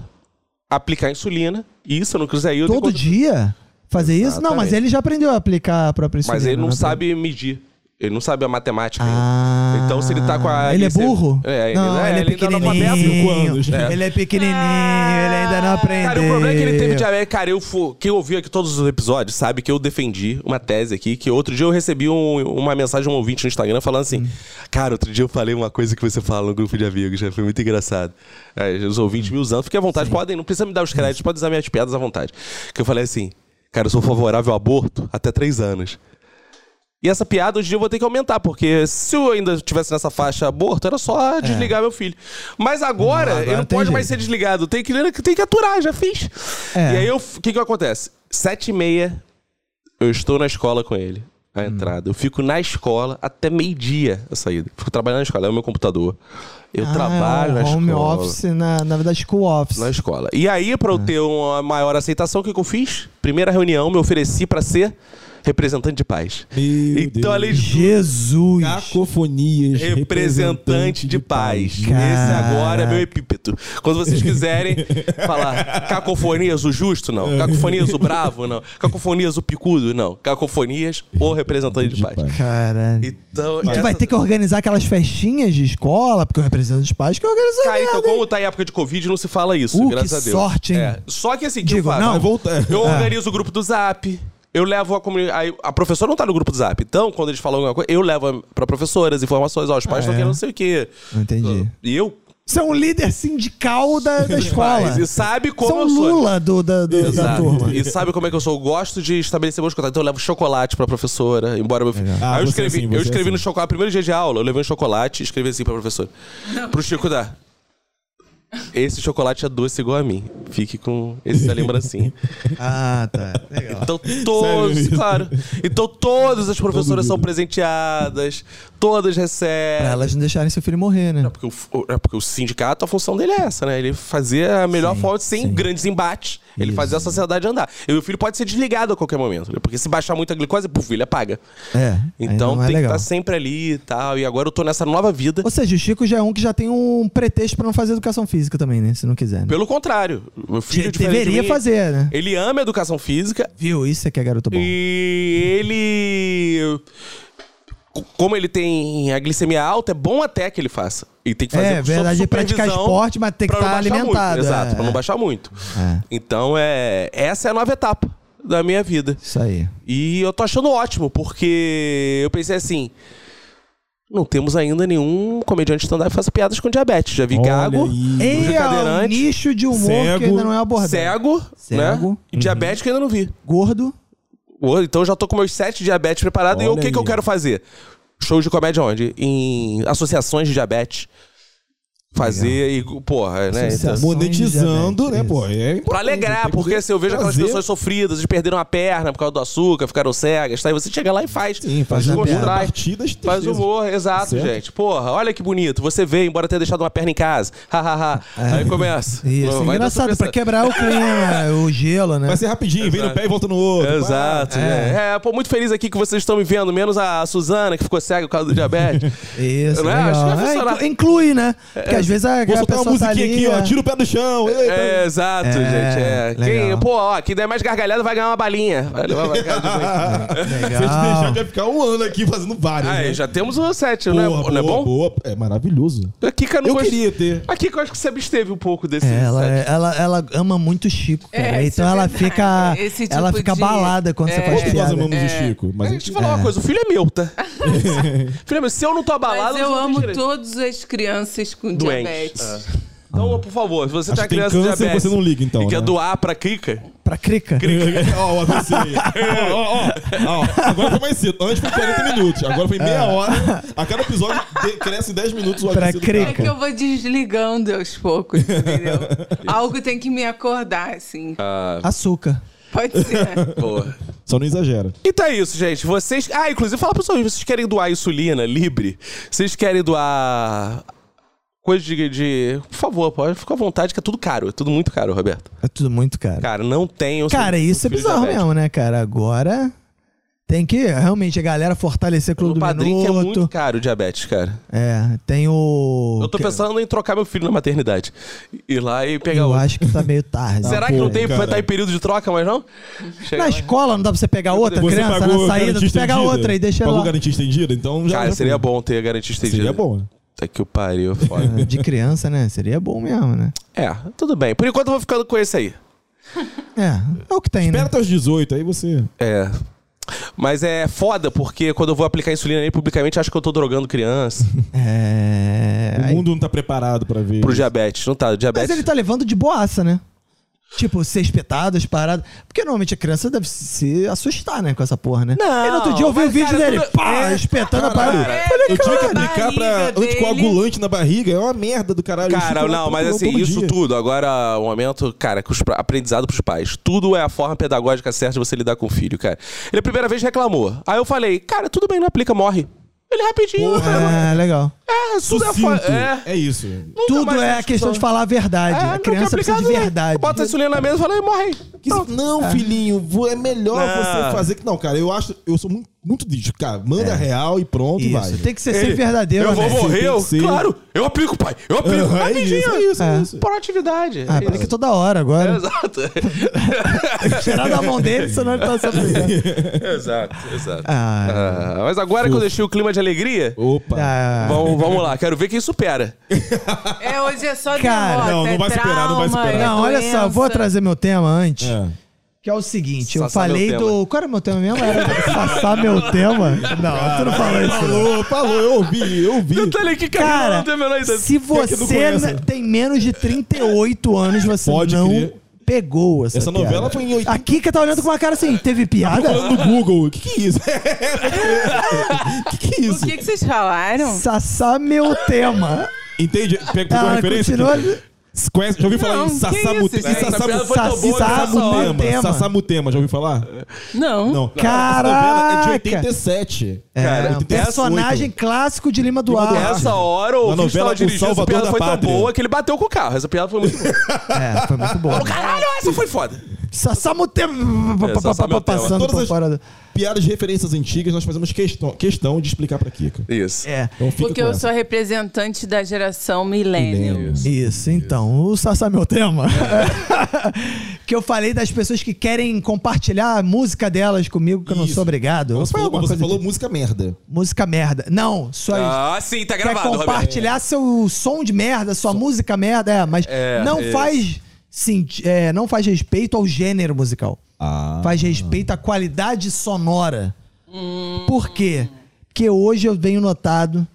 aplicar insulina. E se eu não quiser ir, eu tenho
Todo
que-
dia? Fazer isso? Não, mas
Exatamente.
ele já aprendeu a aplicar a própria insulina.
Mas ele não
né?
sabe medir. Ele não sabe a matemática.
Ah,
ainda. Então, se ele tá com a.
Ele é
glicemia-
burro?
É,
não,
ele,
ele, é
ainda não
pequenininho.
anos. É.
Ele é pequenininho, ele ainda não aprendeu.
né? Cara, o problema é que ele teve diabetes. Cara, eu fu- quem ouviu aqui todos os episódios sabe que eu defendi uma tese aqui, que outro dia eu recebi um- uma mensagem de um ouvinte no Instagram falando assim: Cara, outro dia eu falei uma coisa que você fala no grupo de amigos, já foi muito engraçado. Aí, os ouvintes me usando, fiquem à vontade, podem, não precisa me dar os créditos, podem usar minhas piadas à vontade. Que eu falei assim: Cara, eu sou favorável ao aborto até três anos. E essa piada hoje em dia eu vou ter que aumentar, porque se eu ainda estivesse nessa faixa aborto, era só desligar meu filho. Mas agora,
É. Agora
ele não
tem
pode mais
jeito.
ser desligado, tem que, tem que aturar, já fiz.
É.
E aí, eu- o que que acontece? Sete e meia, eu estou na escola com ele,
Hum.
a entrada. Eu fico na escola até meio-dia a saída. Fico trabalhando na escola, é o meu computador. Eu
Ah,
trabalho na
é, home
escola.
office, Ah. na, na verdade, school office.
Na escola. E aí, pra eu ter uma maior aceitação, o que, que eu fiz? Primeira reunião, me ofereci pra ser representante de paz.
Meu
então,
Deus.
além de
Jesus.
Cacofonias.
Representante de paz. Esse
Caraca.
agora é meu epípeto. Quando vocês quiserem falar cacofonias o justo, não. Cacofonias o bravo, não. Cacofonias o picudo, não. Cacofonias o representante de paz.
Caralho.
Então,
Tu vai ter que organizar aquelas festinhas de escola, porque o representante dos pais que organiza.
Cara, então,
merda, hein?
como tá em época de Covid, não se fala isso,
Uh,
graças
que
a Deus.
sorte, hein?
É. Só que assim, que
Digo,
eu faço?
não.
Eu vou- Eu
É.
organizo o grupo do Zap. Eu levo a comunidade. A professora não tá no grupo do Zap. Então, quando eles falam alguma coisa, eu levo pra professora as informações. Ó, os pais
Ah,
estão
é?
querendo não sei o quê.
Não entendi.
E eu
Você é um líder sindical da, da escola.
Mas, e sabe como
São
eu sou.
Lula do, da, do- da
Exato.
turma.
E sabe como é que eu sou? Eu gosto de estabelecer meus contatos. Então eu levo chocolate pra professora, embora meu filho.
Ah,
Aí eu
você
escrevi,
é assim,
eu
você
escrevi
é assim.
no chocolate, primeiro dia de aula, eu levei um chocolate e escrevi assim pra professora. Pro Chico dar. Esse chocolate é doce igual a mim. Fique com essa lembrancinha.
Ah, tá. Legal.
Então todos,
Sério isso?
claro. Então todas as professoras são presenteadas, todas recebem.
Pra elas não deixarem seu filho morrer, né?
Porque o, o- é porque o sindicato, a função dele é essa, né? Ele fazer a melhor
Sim,
forma sem
sim.
grandes embates. Ele
Isso.
fazer a sociedade andar. E o filho pode ser desligado a qualquer momento, né? Porque se baixar muito a glicose, puf, ele apaga.
É. aí
Então
não é
tem que
legal.
estar sempre ali e tal. E agora eu tô nessa nova vida.
Ou seja, o Chico já é um que já tem um pretexto pra não fazer educação física também, né? Se não quiser. Né?
Pelo contrário, meu filho é
Ele
diferente de
deveria
mim,
fazer, né?
Ele ama a educação física
Viu? Isso é que é garoto bom.
e ele. c- Como ele tem a glicemia alta, é bom até que ele faça. E tem que fazer
É,
com sob
verdade, é praticar
supervisão
esporte, mas tem que
pra não
estar
baixar muito.
alimentado,
Exato,
é.
pra não baixar muito.
É.
Então, é, essa é a nova etapa da minha vida.
Isso aí.
E eu tô achando ótimo, porque eu pensei assim. Não temos ainda nenhum comediante stand-up que faça piadas com diabetes. Já vi
Olha
gago,
aí.
E é um
cadeirante,
nicho de humor
cego,
que ainda não é abordado.
cego, né?
Cego.
E diabético eu ainda não vi.
Gordo.
Ô, Então eu já tô com meus sete diabetes preparados. E
Olha
o que, que eu
aí.
quero fazer? Show de comédia onde? Em associações de diabetes. Fazer e, porra, né?
Associação.
Monetizando, né,
Isso.
pô? É importante,
Pra alegrar,
tem que
porque
poder
assim, eu vejo aquelas
trazer-
pessoas sofridas, de perderam a perna por causa do açúcar, ficaram cegas, tá? E você chega lá e faz.
Sim, faz
Faz
humor,
piada.
constrói,
é, partidas
Faz
tristezas.
humor, exato,
Certo.
gente. Porra, olha que bonito. Você veio, embora tenha deixado uma perna em casa. Ha, ha, ha.
É.
Aí começa.
Isso.
Vai dar
Engraçado,
super
pra quebrar o clima, o gelo, né?
Vai ser rapidinho, vem no pé e volta no outro.
Exato. É. é, pô, muito feliz aqui que vocês estão me vendo, menos a Suzana, que ficou cega por causa do diabetes.
Isso,
Não é?
legal.
Acho que vai
É,
funcionar.
inclu- inclui, né?
É,
Porque às vezes a, a
Vou soltar
pessoa
uma
tá
musiquinha
ali,
aqui, ó.
é.
Tira o pé do chão. eita.
É, exato,
É,
gente. É. Quem,
legal.
pô, ó, quem der mais gargalhada vai ganhar uma balinha. Vai levar uma gargalhada.
Se a gente
Legal.
deixar, vai ficar um ano aqui fazendo vários.
é. Ah,
né?
é, já temos o set,
boa,
não é, não é
boa,
bom?
boa. É maravilhoso.
A Kika não
Eu
gost-
queria ter.
A Kika eu acho que se absteve um pouco desse
É, ela,
set.
ela, ela ama muito o Chico,
É,
cara.
isso
então
é
ela
verdade.
fica.
Esse tipo
ela fica
de-
abalada quando você
É.
faz
Todos nós amamos
piada.
o Chico, mas
a gente falar uma coisa, o filho é meu, tá? filho é meu. Se eu não tô abalado,
Mas eu
os outros
amo
direito.
todas as crianças com
Doentes.
diabetes.
É. Então, por favor, se você
Acho
tem uma
que tem
criança
câncer,
de diabetes
você não liga, então,
e quer
né?
doar pra Kika,
Pra crica.
Ó, o AVC aí. Ó, ó, ó. Ó, Agora foi mais cedo. Antes foi 40 minutos. Agora foi meia hora. A cada episódio de- cresce em 10 minutos o
É. Pra
AVC do
crer.
cara.
É que eu vou desligando aos poucos, entendeu? Algo tem que me acordar, assim.
Ah.
Açúcar.
Pode ser.
porra.
Só não exagera.
Então é isso, gente. Vocês. Ah, inclusive, fala pros seus amigos, vocês querem doar insulina livre? Vocês querem doar. Coisa de, de- Por favor, pode ficar à vontade, que é tudo caro. É tudo muito caro, Roberto.
É tudo muito caro.
Cara, não tem. um
Cara, isso é bizarro mesmo, né, cara? Agora tem que realmente a galera fortalecer o Clube
O
do
padrinho que é muito
Minuto.
caro o diabetes, cara.
É, tem o.
Eu tô
que-
pensando em trocar meu filho na maternidade. Ir lá e pegar
Eu
outro.
acho que tá meio tarde.
Será
Pô,
que não tem.
cara.
Vai estar em período de troca, mas não? Chega
Na
lá.
escola não dá pra você pegar outra
Você
criança
pagou
na saída? Tu
garantia
pega
estendida?
outra e deixa
Pagou
ela.
garantia estendida? Então já.
Cara,
já
seria
foi.
bom ter garantia estendida.
Seria bom. né?
Tá que o pariu, foda.
É, De criança, né? Seria bom mesmo, né?
é, tudo bem. Por enquanto eu vou ficando com esse aí.
É, é o que tem,
Espera
né?
até os 18, aí você.
É. Mas é foda, porque quando eu vou aplicar insulina aí publicamente, acho que eu tô drogando criança
É.
O
aí-
mundo não tá preparado pra ver.
pro
isso.
diabetes. Não tá,
Mas
diabetes.
ele tá levando de boaça, né? Tipo, ser espetado, as paradas. Porque normalmente a criança deve se assustar, né? Com essa porra, né?
Não,
E no outro dia eu vi o
mas,
vídeo
cara,
dele,
tudo-
pá,
É,
espetando a
caralho.
parada.
É,
Falei,
Eu tive que
cara,
aplicar pra
barriga dele.
anticoagulante na barriga. É uma merda do caralho. Isso
Cara,
que
não,
ela
mas
falou
assim,
todo
isso
dia.
tudo. Agora, o momento, cara, que os pra- aprendizado pros pais. Tudo é a forma pedagógica certa de você lidar com o filho, cara. Ele a primeira vez reclamou. Aí eu falei, cara, tudo bem, não aplica, morre. Ele rapidinho. cara,
É, legal.
É, tudo é a forma.
Sucinto.
É.
É isso.
Nunca
Tudo
mais
é a
discussão.
questão de falar a verdade.
É, não
a
quer
criança precisa
aplicar,
de
tudo bem.
verdade. né?
Bota a insulina na mesa e fala, "Ih, morre.
Que se- não, filhinho, vo- é melhor
Não.
você fazer que. Não, cara, eu acho. Eu sou muito, muito disso, cara. Manda real e pronto, e vai.
É. Isso, tem que ser
Ele,
sempre verdadeiro,
Eu vou
né?
morrer, eu,
Tem que ser.
claro. Eu aplico, pai. Eu aplico.
É
rapidinho.
isso, é isso, é isso.
Proatividade.
Ah,
É
aplica
isso.
toda hora agora.
Exato.
Tirar da mão dele, senão ele tá sendo
exato, exato.
Ah,
Ah, mas agora que eu deixei o clima de alegria,
Opa.
ah,
vamos, vamos lá. Quero ver quem supera.
É, hoje é só
Cara,
derrota,
não, não
é
vai superar, não vai
trauma,
superar.
é
Não, olha só,
doença.
vou trazer meu tema antes.
É.
Que é o seguinte,
Sassá
eu falei
meu
do. Qual era meu tema mesmo? Era sassar meu tema? Não, tu não falou isso. não.
Falou, falou, eu ouvi, eu ouvi.
Detalhe aqui, cara.
Cara,
Não tem a menor ideia.
se
que não
você
conhece?
n- tem menos de 38 anos, você
Pode
não
crer.
pegou essa
Essa
piada.
novela foi em 80.
A Kika tá olhando com uma cara assim, teve
Falando
piada?
no Google. O que, que é isso? O que, que é
O
isso?
que, que vocês falaram?
Sassar meu tema.
Entende? Pega pegou a
Ah,
referência?
continua.
Você Conhece, já ouvi falar
Não,
em
que
Sassamute-
isso, gente?
é Essa piada foi tão boa que
Sassar meu
Sassamutema.
tema.
Sassamutema, já ouvi falar?
Hum?
Não.
Não.
Caraca!
Essa novela é de 87.
É,
Cara,
um
88.
personagem clássico de Lima Duarte.
Essa hora, o
Na
ouvinte
novela
tava
O
dirigindo, essa
Salvador
piada
da
foi tão
Pátria.
boa que ele bateu com o carro. Essa piada foi muito boa.
É, foi muito boa.
Caralho, essa foi foda.
Sassar meu tema.
É, Sassar meu tema.
Passando
Todas
por
as-
fora do...
Piadas de referências antigas, nós fazemos questão, questão de explicar pra Kika.
Isso.
É.
Então fica
Porque
com
eu
essa.
sou representante da geração milênio.
Isso, então, o Sassá é meu tema. que eu falei das pessoas que querem compartilhar a música delas comigo, que eu não
Isso.
sou obrigado. Eu
Então, Você
falei
falou,
alguma
você
coisa
falou
de-
música merda.
música merda. Não, só isso.
Ah, sim, tá
Quer
gravado, Roberto.
compartilhar seu som de merda, sua música merda, é, mas
É,
não
isso.
faz sim, é, não faz respeito ao gênero musical.
Ah.
Faz respeito à qualidade sonora. Por quê? Porque hoje eu venho notado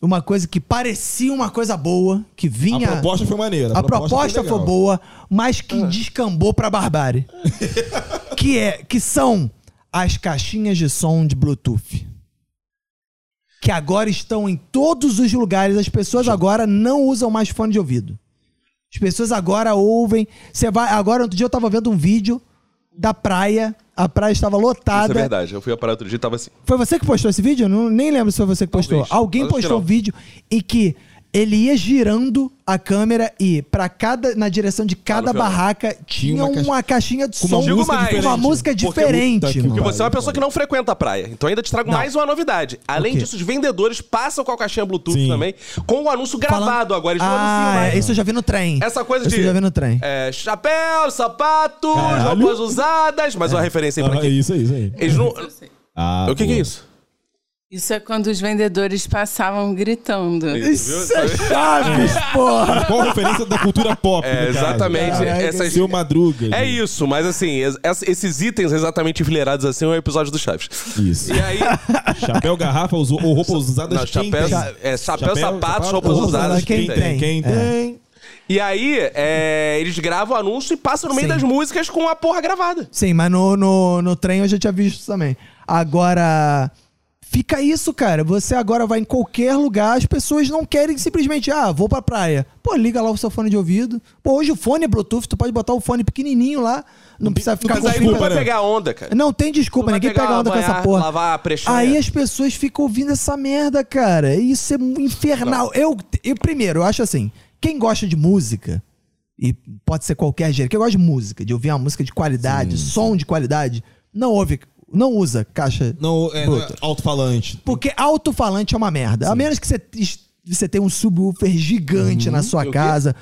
uma coisa que parecia uma coisa boa, que
A
vinha
proposta foi maneira.
a proposta foi,
legal.
boa, mas que descambou pra barbárie. que é, que são as caixinhas de som de Bluetooth. Que agora estão em todos os lugares. As pessoas agora não usam mais fone de ouvido. As pessoas agora ouvem. Você vai. Agora, outro dia eu tava vendo um vídeo da praia. A praia estava
Isso é
lotada.
verdade. Eu fui aparar outro dia e tava assim.
Foi você que postou esse vídeo? Eu Não, nem lembro se foi você que postou.
Talvez.
Alguém
Acho que
postou um
não.
vídeo e que ele ia girando a câmera e para cada na direção de cada
final.
barraca tinha
uma
uma,
caixa-
caixinha de
Com uma
som
Digo
música
mais.
diferente.
uma música
Porque-
diferente.
Puta que
mano.
Porque
Vai,
você é uma pessoa que não frequenta a praia. Então ainda te trago mais uma novidade. Além
O quê?
disso, os vendedores passam com a caixinha Bluetooth
Sim.
também, com o anúncio
Falando-
gravado agora. Eles não anunciam
ah,
mais.
é, isso eu já vi no trem.
Essa coisa
Isso
de.
eu já vi no trem.
é, chapéu, sapatos,
Caralho.
roupas usadas. Mais uma referência aí pra
Ah, é
quem.
isso, é isso aí.
Eles não.
Ah,
O que, que é
boa.
isso?
Isso é quando os vendedores passavam gritando.
Isso é Chaves, porra!
Qual a referência da cultura pop?
É,
no caso?
exatamente.
Caraca.
essas-
Seu Madruga.
É
gente.
isso, mas assim, es- es- esses itens exatamente enfileirados assim é um episódio do Chaves.
Isso.
E aí,
Chapéu, garrafa usu- ou roupas usadas.
não,
quem
chapéu,
tem?
é, chapéu, sapatos, roupas
roupas
usadas.
usadas, quem
tem.
tem.
Quem
É.
tem?
E aí, é, eles gravam o anúncio e passam no meio
Sim.
das músicas com a porra gravada.
Sim, mas no, no, no trem eu já tinha visto também. Agora, fica isso, cara. Você agora vai em qualquer lugar, as pessoas não querem simplesmente, ah, vou pra praia. Pô, liga lá o seu fone de ouvido. Pô, hoje o fone é Bluetooth, tu pode botar o fone pequenininho lá. Não, precisa ficar
Mas
com
aí
fita-
não
desculpa,
vai
né?
pegar onda, cara.
Não tem desculpa,
Não vai
ninguém
pegar
pega onda com
amanhã,
essa porra.
lavar a
É.
prechinha.
Aí as pessoas ficam ouvindo essa merda, cara. Isso é mu- infernal. Eu, eu, primeiro, eu acho assim, quem gosta de música, e pode ser qualquer gênero, quem gosta de música, de ouvir uma música de qualidade, som de qualidade, não ouve, não usa caixa.
Não, é,
Bruto.
alto-falante.
Porque alto-falante é uma merda. A menos que você, você tenha um subwoofer gigante na
E o
sua
quê?
casa.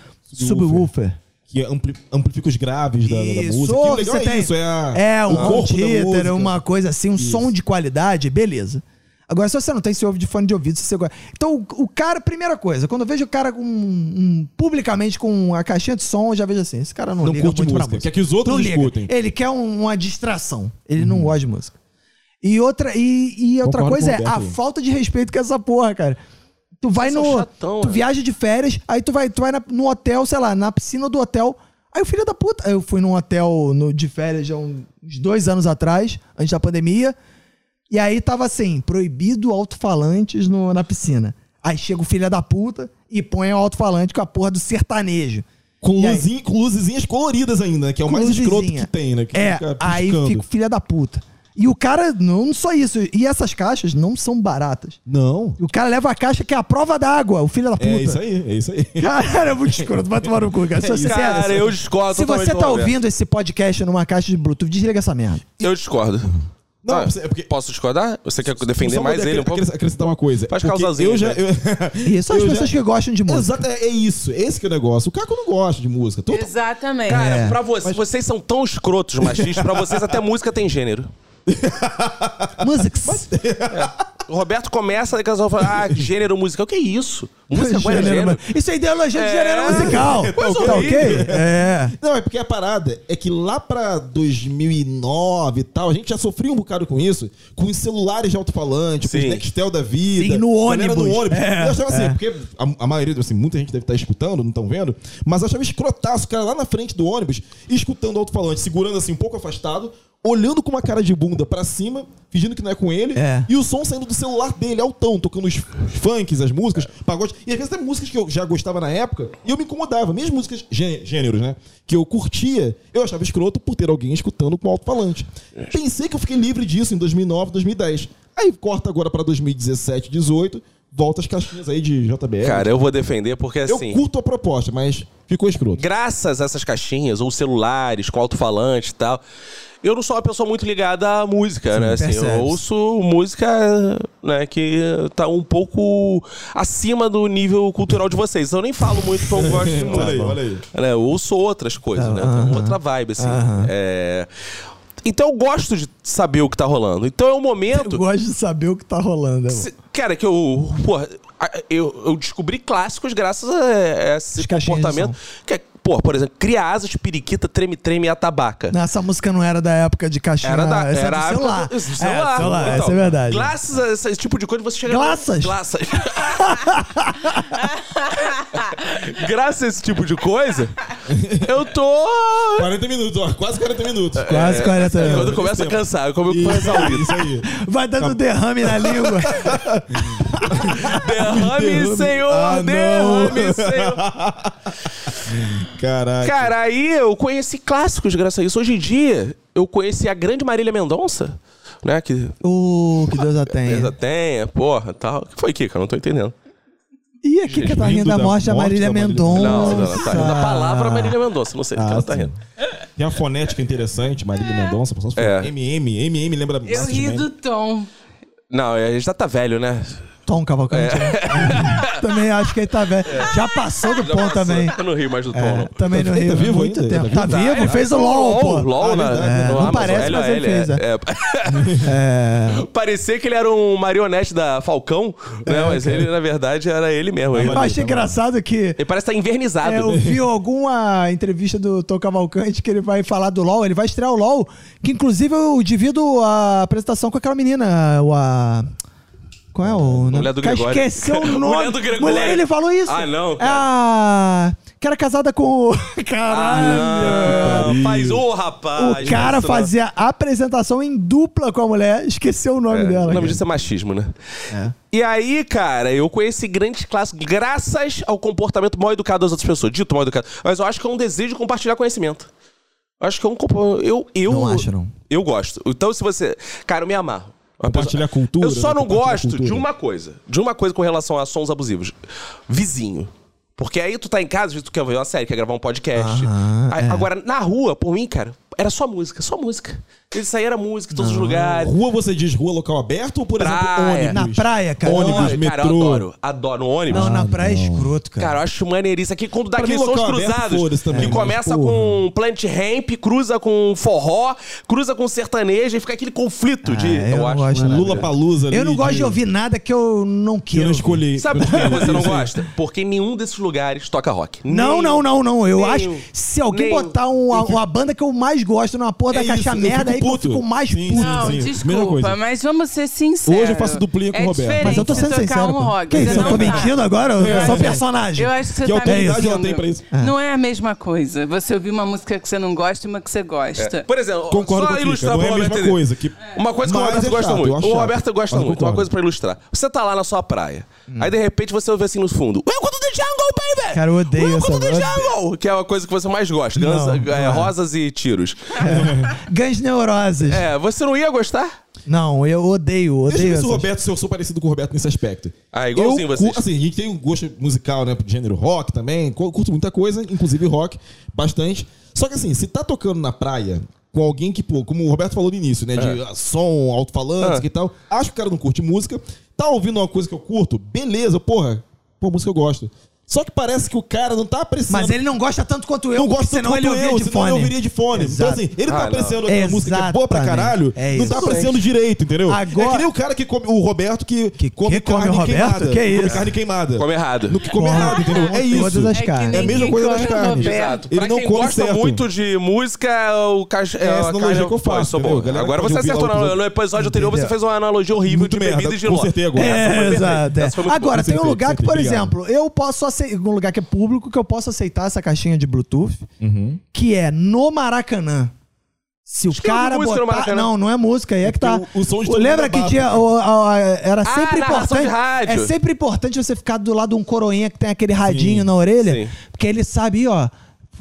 Uhum. Subwoofer.
Subwoofer.
Que ampli- amplifica os graves da, da
Isso,
música. Que
ou
legal
você
é
tem-
isso, é, a-
É,
o
um
corpo da
títer,
música.
uma coisa assim, um som de qualidade, beleza. Agora, se você não tem, você ouve de fone de ouvido, se você gosta. Então, o, o cara, primeira coisa, quando eu vejo o cara com, um- publicamente com a caixinha de som, eu já vejo assim, esse cara não,
Não
liga
curte
muito pra
música,
música.
quer que os outros
não liga.
escutem.
Ele quer um- uma distração, ele não gosta de música. E outra, e, e outra
Concordo
coisa
com
é
o
a
Roberto aí.
falta de respeito que é essa porra, cara. Tu vai
São
no.
chatão,
tu
né?
viaja de férias, aí tu vai, tu vai na- no hotel, sei lá, na piscina do hotel. Aí o filho da puta. Eu fui num hotel no- de férias já uns dois anos atrás, antes da pandemia. E aí tava assim, proibido alto-falantes no- na piscina. Aí chega o filho da puta e põe o alto-falante com a porra do sertanejo.
Com,
E aí?
luzinha, com luzezinhas coloridas ainda, né? Que é o mais escroto
Cruzinha.
que tem, né? Que
é,
fica
aí
piscando.
fica o filho da puta. E o cara, não só isso, e essas caixas não são baratas.
Não.
O cara leva a caixa que é a prova d'água, o filho da puta.
É isso aí, é isso aí.
Tá.
É
Cara, é muito escroto. Vai tomar no cu, cara. Se você, é
Cara,
sério,
eu discordo
se
totalmente
você
do
tá
Roberto.
ouvindo esse podcast numa caixa de Bluetooth, desliga essa merda.
Eu discordo.
Não,
Ah,
é porque-
Posso discordar? Você quer defender
Só
mais
poder
ele um pouco?
acres- Acrescentar uma coisa.
Faz
Porque
causazinha,
Eu já.
né?
eu-
E são as
eu já-
pessoas que gostam de música.
Exato, é é isso. Esse que é o negócio. O Caco não gosta de música. então tá- Todo...
Exatamente.
Cara,
É.
pra você, vocês são tão escrotos, machistas, pra vocês até música tem gênero.
Músicas.
O Roberto começa, daqui a pouco fala, ah, gênero musical. O que é isso? Música agora é
Gênero-
gênero.
Isso é ideologia de
É.
gênero musical.
Coisa
tá ok?
horrível.
É.
Não, é porque a parada é que lá pra 2009 e tal, a gente já sofria um bocado com isso, com os celulares de alto-falante, com os
Sim.
Nextel da vida.
Sim, no
galera
ônibus.
No ônibus.
É,
eu achava
é.
assim, porque a, a maioria, assim, muita gente deve estar escutando, não estão vendo, mas eu achava escrotaço o cara lá na frente do ônibus, escutando o alto-falante, segurando assim um pouco afastado, olhando com uma cara de bunda pra cima, fingindo que não é com ele,
É.
e o som saindo do celular dele, altão, tocando os funks, as músicas,
É.
pagode. E às vezes até músicas que eu já gostava na época e eu me incomodava. Mesmo músicas, gê- gêneros, né? Que eu curtia, eu achava escroto por ter alguém escutando com alto-falante.
É.
Pensei que eu fiquei livre disso em 2009, 2010. Aí corta agora pra 2017, 18, volta as caixinhas aí de JBL.
Cara, eu vou defender porque
eu
assim.
curto a proposta, mas ficou escroto.
graças a essas caixinhas ou celulares com alto-falante e tal, eu não sou uma pessoa muito ligada à música, né? Assim, eu
percebe-se.
ouço música né, que tá um pouco acima do nível cultural de vocês. Então, Eu nem falo muito porque eu
Tá
gosto de música.
aí.
Né, eu ouço outras coisas, né? Outra vibe, assim. É, Então eu gosto de saber o que tá rolando. Então é um
Eu
momento
gosto de saber o que tá rolando. irmão.
se- Cara, que eu. Porra, a- eu, eu descobri clássicos graças a, a esse
As caixinhas de
comportamento. Que é, porra, por exemplo, criasas, periquita, treme-treme e atabaca.
Não, Essa música não era da época de caixinha.
Era da.
essa
era
é do celular.
do celular.
É, celular,
Então,
essa é verdade.
Graças a esse tipo de coisa, você chega.
Glaças?
Glaças. graças a esse tipo de coisa, eu tô.
40 minutos, ó, quase 40 minutos.
É.
Quase 40
Quando
anos.
começa a cansar, como eu um
Isso,
começo a
isso aí.
Vai dando derrame na língua.
Derrame, senhor!
Ah, não.
derrame, senhor!
Caraca.
Cara, aí eu conheci clássicos graças a isso. Hoje em dia, eu conheci a grande Marília Mendonça, né? Que
O que Deus a tenha.
ela tenha, porra, tal. O que foi, Kika? Eu Não tô entendendo.
E aqui que tá
Gemido
rindo da
da
morte da
morte
Marília
da Marília-
Mendonça.
Não, não, não. Tá rindo da palavra Marília Mendonça. Não sei do que
Ah,
ela tá
sim.
rindo.
Tem uma fonética interessante, Marília Mendonça. Pessoal,
É.
MM, MM lembra...
Eu
Marcos
ri
Mendes.
do tom.
Não, a gente já tá velho, né?
Tom Cavalcante. né? também acho que ele tá velho. Já passou do
Já
ponto
passou.
também.
Eu não rio mais do Tom,
É,
não. É,
também no
Tá
Rio.
vivo
muito
ainda?
tempo.
Tá
Tá
vivo?
vivo, fez o LOL, pô. É,
LOL,
Ah,
na-
verdade.
no
não
Amazon.
parece, mas ele fez, é. É, É,
é. Parecia que ele era um marionete da Falcão, né? mas ele, na verdade, era ele mesmo. Ele,
Eu achei engraçado que
ele parece estar invernizado. né?
É, eu vi alguma entrevista do Tom Cavalcante que ele vai falar do LOL, ele vai estrear o LOL, que inclusive eu divido a apresentação com aquela menina, o a... Qual é o
Mulher do Gregório.
Esqueceu o nome.
Mulher do Gregório.
Mulher, ele falou isso.
Ah, não,
É a... Que era casada com o... Caralho.
Ah, faz ô, rapaz!
o cara
isso não-
fazia a apresentação em dupla com a mulher, esqueceu o nome
É,
dela.
o
É.
nome
cara.
disso é machismo, né? E aí, cara, eu conheci grandes clássicos graças ao comportamento mal educado das outras pessoas. Dito mal educado. Mas eu acho que é um desejo de compartilhar conhecimento. Eu Acho que é um... compo- Eu, eu,
Não acho, não.
Eu gosto. Então, se você... Cara, eu me amarro. Uma pessoa-
Compartilhar cultura,
Eu só
né?
não
Compartilhar
gosto de
cultura.
uma coisa. De uma coisa com relação a sons abusivos. Vizinho. Porque aí tu tá em casa, às vezes tu quer ver uma série, quer gravar um podcast.
Aham,
Aí-
é.
Agora, na rua, por mim, cara, era só música, só música. Isso aí era música em todos os lugares.
Rua, você diz rua, local aberto ou, por
Praia.
exemplo,
Na
ônibus?
praia, cara.
Ônibus,
Cara,
metrô.
eu adoro. Adoro. No ônibus.
Não, na praia é escroto, cara.
Cara, eu acho maneiríssimo. Aqui quando dá
Pra mim,
aqueles sons
local aberto,
cruzados.
foda-se também,
que
mas,
começa
porra.
com Plant Ramp, cruza com forró, cruza com sertanejo, e fica aquele conflito de.
Ah, É, eu não gosto nada.
maravilhoso.
Lula Palusa.
Eu não gosto de ouvir nada que eu não
Eu
quero.
não
ouvir.
escolhi.
Sabe por que você não gosta? Porque em nenhum desses lugares toca rock. Nenhum.
Não, não, não, não. Eu
Nem
acho.
eu.
Se alguém
Nem eu.
botar um- a- uma banda que eu mais gosto numa porra da
É
caixa
isso, eu
merda,
fico
aí que eu
puto.
fico mais
Sim,
puto.
sim. mesma
Não,
coisa.
desculpa, mas vamos ser sinceros.
Hoje eu faço duplinha com
é
o Roberto.
diferente
Mas eu tô sendo
tocar
sincero.
Um
pô.
rock,
que
você
isso? Eu
né?
tô
não tá.
mentindo agora? Eu
É.
sou um personagem.
Eu acho que você
Que
tá
autoridade ela
mentindo.
tem pra isso?
Não é a mesma coisa. Você ouvir uma música que você não gosta e uma que você gosta.
É.
É.
Por exemplo,
Concordo
só
com o Kika,
ilustrar
Não
pro
é a
Roberto
mesma
entender.
coisa. Que...
Uma coisa que o
Mas
Roberto
é
gosta
chato, eu
muito.
acho
O
chato.
Roberto gosta
Mas
muito.
eu
Uma
concordo. Hum.
coisa pra ilustrar. Você tá lá na sua praia. Aí de repente você ouve assim no fundo: Welcome to the jungle, baby!
Cara, eu odeio
Welcome to the
essa-
jungle! Que é a coisa que você mais gosta. Guns-
Não, não
é,
é.
Rosas e tiros.
Gãs neurosas.
É, você não ia gostar?
Não, eu odeio,
Deixa eu
odeio.
ver se o
essas-
Roberto, se eu sou parecido com o Roberto nesse aspecto.
Ah, igualzinho
eu,
vocês.
cu- Assim, a gente tem um gosto musical, né? De gênero rock também. cu- Curto muita coisa, inclusive rock, bastante. Só que assim, se tá tocando na praia com alguém que, pô, como o Roberto falou no início, né?
É.
De ah, som, alto-falantes
Ah.
e tal. Acho que o cara não curte música. Tá ouvindo uma coisa que eu curto? Beleza, porra. Pô, música eu gosto. Só que parece que o cara não tá apreciando.
Mas ele não gosta tanto quanto eu,
não gosta
senão
tanto
ele
quanto
ouviria
eu,
de
senão
fone.
ele ouviria de fone.
Exato.
Então assim, ele
Ah,
tá
não.
apreciando aquela música que é boa pra
Exatamente.
caralho,
É
não
isso.
tá apreciando direito, entendeu?
Agora-
É que nem o cara que come o Roberto que,
Que-
come
que come
carne
o Roberto?
queimada.
Que isso?
Come carne queimada.
Como errado.
No que come
Porra.
errado, entendeu? É
Todas
isso.
as caras.
nem
É a mesma
quem
coisa das
come
carnes.
Roberto.
Exato.
É. Ele
pra
não
quem
come
gosta
certo.
muito de música, o caixa.
É, essa analogia que eu faço, entendeu? Galera
Agora
pode
você
ouvir
acertou
lá o
no,
episódio.
no episódio anterior, você
Entendeu?
fez uma analogia horrível
Muito
de
merda,
bebida e de
com
ló.
certeza agora.
Essa foi
É,
perfeita.
exato. é.
Essa foi muito
Agora,
boa.
tem um
Acertei,
lugar que, por
acertei,
exemplo, eu posso aceitar. Um lugar que é público que eu posso aceitar essa caixinha de Bluetooth, que é no Maracanã. Se o
Uhum. que é
cara
música no
botar.
Maracanã.
Não, não é música, aí é que tá.
O- o som de todo
Lembra
mundo é
que
bafo,
tinha.
cara.
o- a- a- era sempre
Ah, narração de
importante. É
rádio.
sempre importante você ficar do lado de um coroinha que tem aquele radinho na orelha,
sim.
porque ele sabe, ó.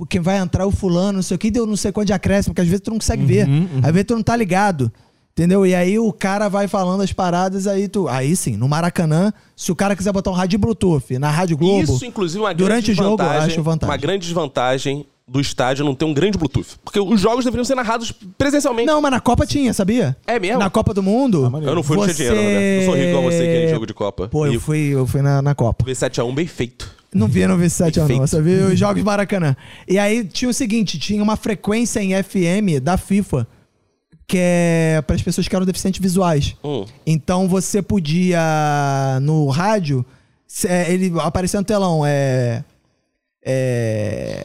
Quem vai entrar é o fulano, não sei o que, deu não sei quanto de acréscimo, porque às vezes tu não consegue ver.
Uhum,
Às vezes tu não tá ligado. Entendeu? E aí o cara vai falando as paradas, aí tu. Aí sim, no Maracanã, se o cara quiser botar um rádio Bluetooth na Rádio Globo.
Isso, inclusive, é uma
Durante
grande
o jogo, eu
desvantagem,
acho vantagem.
Uma grande desvantagem do estádio não ter um grande Bluetooth. Porque os jogos deveriam ser narrados presencialmente.
Não, mas na Copa tinha, sabia?
É mesmo? Ah,
Na Copa do Mundo.
Eu não fui no
você...
Rio de Janeiro, Roberto. Eu sou rico igual você, aquele jogo de Copa.
Pô, eu
E-
fui, eu fui na, na Copa.
V7A1 bem feito.
Não vi, não vi esse site, não.
Perfeito.
Eu só vi os jogos do Maracanã. E aí tinha o seguinte: tinha uma frequência em FM da FIFA, que é para as pessoas que eram deficientes visuais.
Hum.
Então você podia, no rádio, se- é, ele aparecia no telão, é. É.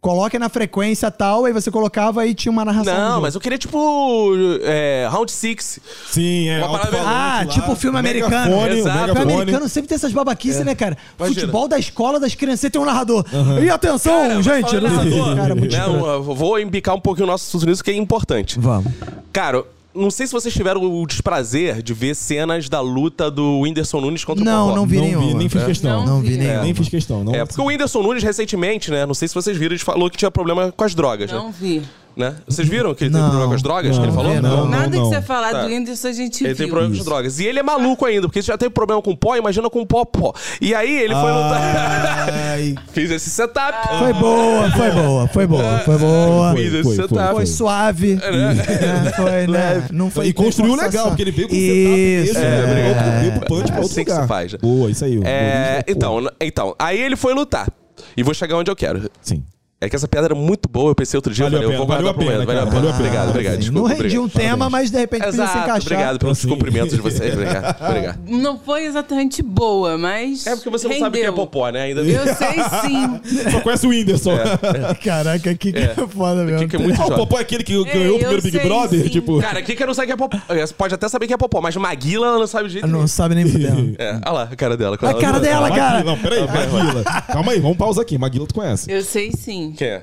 Coloque na frequência tal, aí você colocava e tinha uma narração. do
Não,
um jogo.
mas eu queria, tipo, é, Round six
Sim, é.
Uma parada-
Ah, tipo o filme americano.
Megafone, É.
Exato.
O
o
filme
megafone.
americano sempre tem essas babaquices, né, cara?
Imagina.
Futebol da escola das crianças tem um narrador. E atenção, É, gente! não sei o quê. Cara, muito
né,
escroto.
eu vou embicar um pouquinho o nosso assunto nisso, que é importante.
Vamos.
Cara, não sei se vocês tiveram o desprazer de ver cenas da luta do Whindersson Nunes contra o
Não,
Popó.
não vi
Não
nenhum.
vi, nem fiz questão.
Não vi
vi.
nenhum.
Nem fiz questão. não-
É, porque o Whindersson Nunes recentemente, né? Não sei se vocês viram, ele falou que tinha problema com as drogas, né?
Não vi.
né? Vocês viram que ele tem
Não.
problema com as drogas que ele
Não,
falou?
não.
Nada
não.
que você falar
Tá.
do Whindersson a gente
Ele tem
viu.
problema com as drogas. E ele é maluco ainda, porque ele já teve problema com pó, imagina com pó pó. E aí ele
Ah.
foi lutar.
Ai,
Fiz esse setup.
Foi boa, foi boa, foi
É.
boa, foi boa.
Fiz esse
foi, foi,
setup.
Foi suave.
É,
né? Foi, né? Não foi
E construiu
forçação.
legal, porque ele veio com o
Isso.
setup dele,
é.
né? Veio pro- veio pro punch pra
É
outro
assim que
lugar.
se faz, né?
Boa, isso aí. o
É,
Boris, pô.
então, n- então, aí ele foi lutar. E vou chegar onde eu quero.
Sim.
É que essa piada era muito boa, eu pensei outro dia,
Valeu
valeu, eu
a
vou
pena,
guardar pro
valeu a
momento. Valeu a pena.
pena, cara. Valeu a
Obrigado,
pena.
obrigado.
Sim,
Desculpa,
Não rendi um
obrigado.
tema, mas de repente precisa se
Exato,
encaixar.
obrigado pelos
Assim.
cumprimentos de vocês. Obrigado, obrigado.
Não foi exatamente boa, mas.
É porque você não sabe o que é
rendeu.
popó, né? Ainda
Eu sei sim.
Só conhece o Whindersson.
É,
Caraca, que, que é foda mesmo.
que, que é muito
Ah, o
jovem.
Popó é aquele que ganhou o
eu
primeiro Big
sei,
Brother?
sim.
Tipo,
Cara, quem que não sabe que é popó? Pode até saber que é popó, mas Maguila ela não sabe o jeito.
Não
nenhum.
sabe nem fudendo.
É, olha lá a cara dela.
A cara dela,
é Maguila,
cara.
Não, peraí, Maguila. Calma aí, vamos pausar aqui. Maguila tu conhece.
Eu sei sim.
Quem é?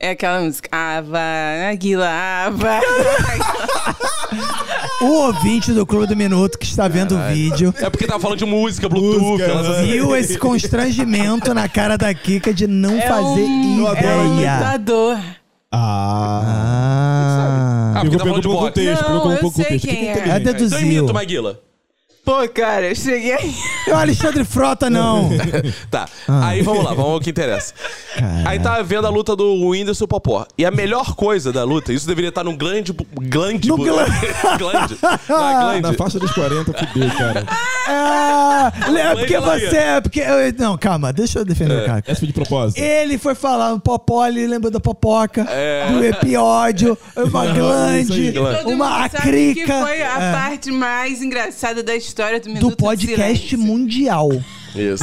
É aquela música. Ava, Aguila, Ava.
O ouvinte do Clube do Minuto que está vendo o vídeo
É porque tava falando de música, Bluetooth.
Música,
é.
elas assim.
viu esse constrangimento na cara da Kika de não
É
fazer
um, é um
ideia.
lutador.
Ah.
Ah,
Ah,
porque tá
Pegou, pegou
falando
um
de
pouco o
boxe.
texto.
Não,
Pegou um
eu
pouco o
sei
texto.
quem
Tem que
é.
ter
é
gente,
Então imita o
deduziu.
Maguila.
Pô, cara, eu cheguei.
É o Alexandre Frota, não.
Tá,
Ah.
aí vamos lá, vamos ao que interessa. Aí tá vendo a luta do Whindersson e o Popó. E a melhor coisa da luta, isso deveria estar num grande... Glande...
No
glande... Na
Na
glande.
faixa dos 40, fudeu, cara.
É, é porque
Ela ia.
você. É porque, eu- não, calma, deixa eu defender o cara.
Essa foi de propósito.
É,
Ele foi falar um popó, ele lembra da popoca, do epiódio, uma glande,
Todo
Todo
uma
mundo sabe que
acrica.
foi a
é,
parte mais engraçada da história do Minuto
do podcast
Silêncio.
mundial.
Isso.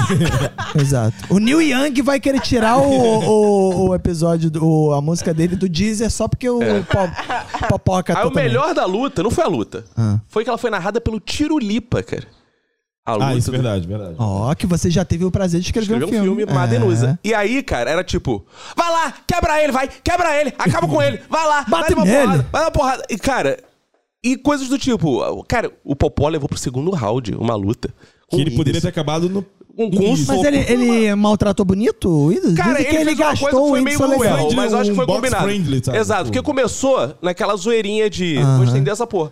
Exato. O Neil Young vai querer tirar o, o, o episódio, do, o- a música dele do Deezer só porque o po- popoca
Aí
tá
É. Ah, o
também.
melhor da luta não foi a luta.
Ah.
Foi que ela foi narrada pelo Tirulipa, cara. A luta
Ah, isso é
do-
verdade, verdade.
Ó, que você já teve o prazer de escrever,
Escreveu
um filme.
Madenusa. E aí, cara, era tipo: vai lá, quebra ele, vai, quebra ele, acaba com ele, vai lá,
Bate
vai dar uma
nele.
porrada, vai dar uma porrada. E, cara, e coisas do tipo: cara, o Popó levou pro segundo round uma luta.
Que ele poderia
Whindersson.
ter acabado no.
Um
no
com
início.
Mas ele, ele maltratou bonito o Whindersson?
Cara,
Dizem
ele,
que ele
fez uma coisa que
gastou o
foi meio
Whindersson
cruel,
legal.
legal.
mas eu acho que foi
Um box
combinado.
friendly, sabe?
Exato, porque começou naquela zoeirinha de vou estender essa porra.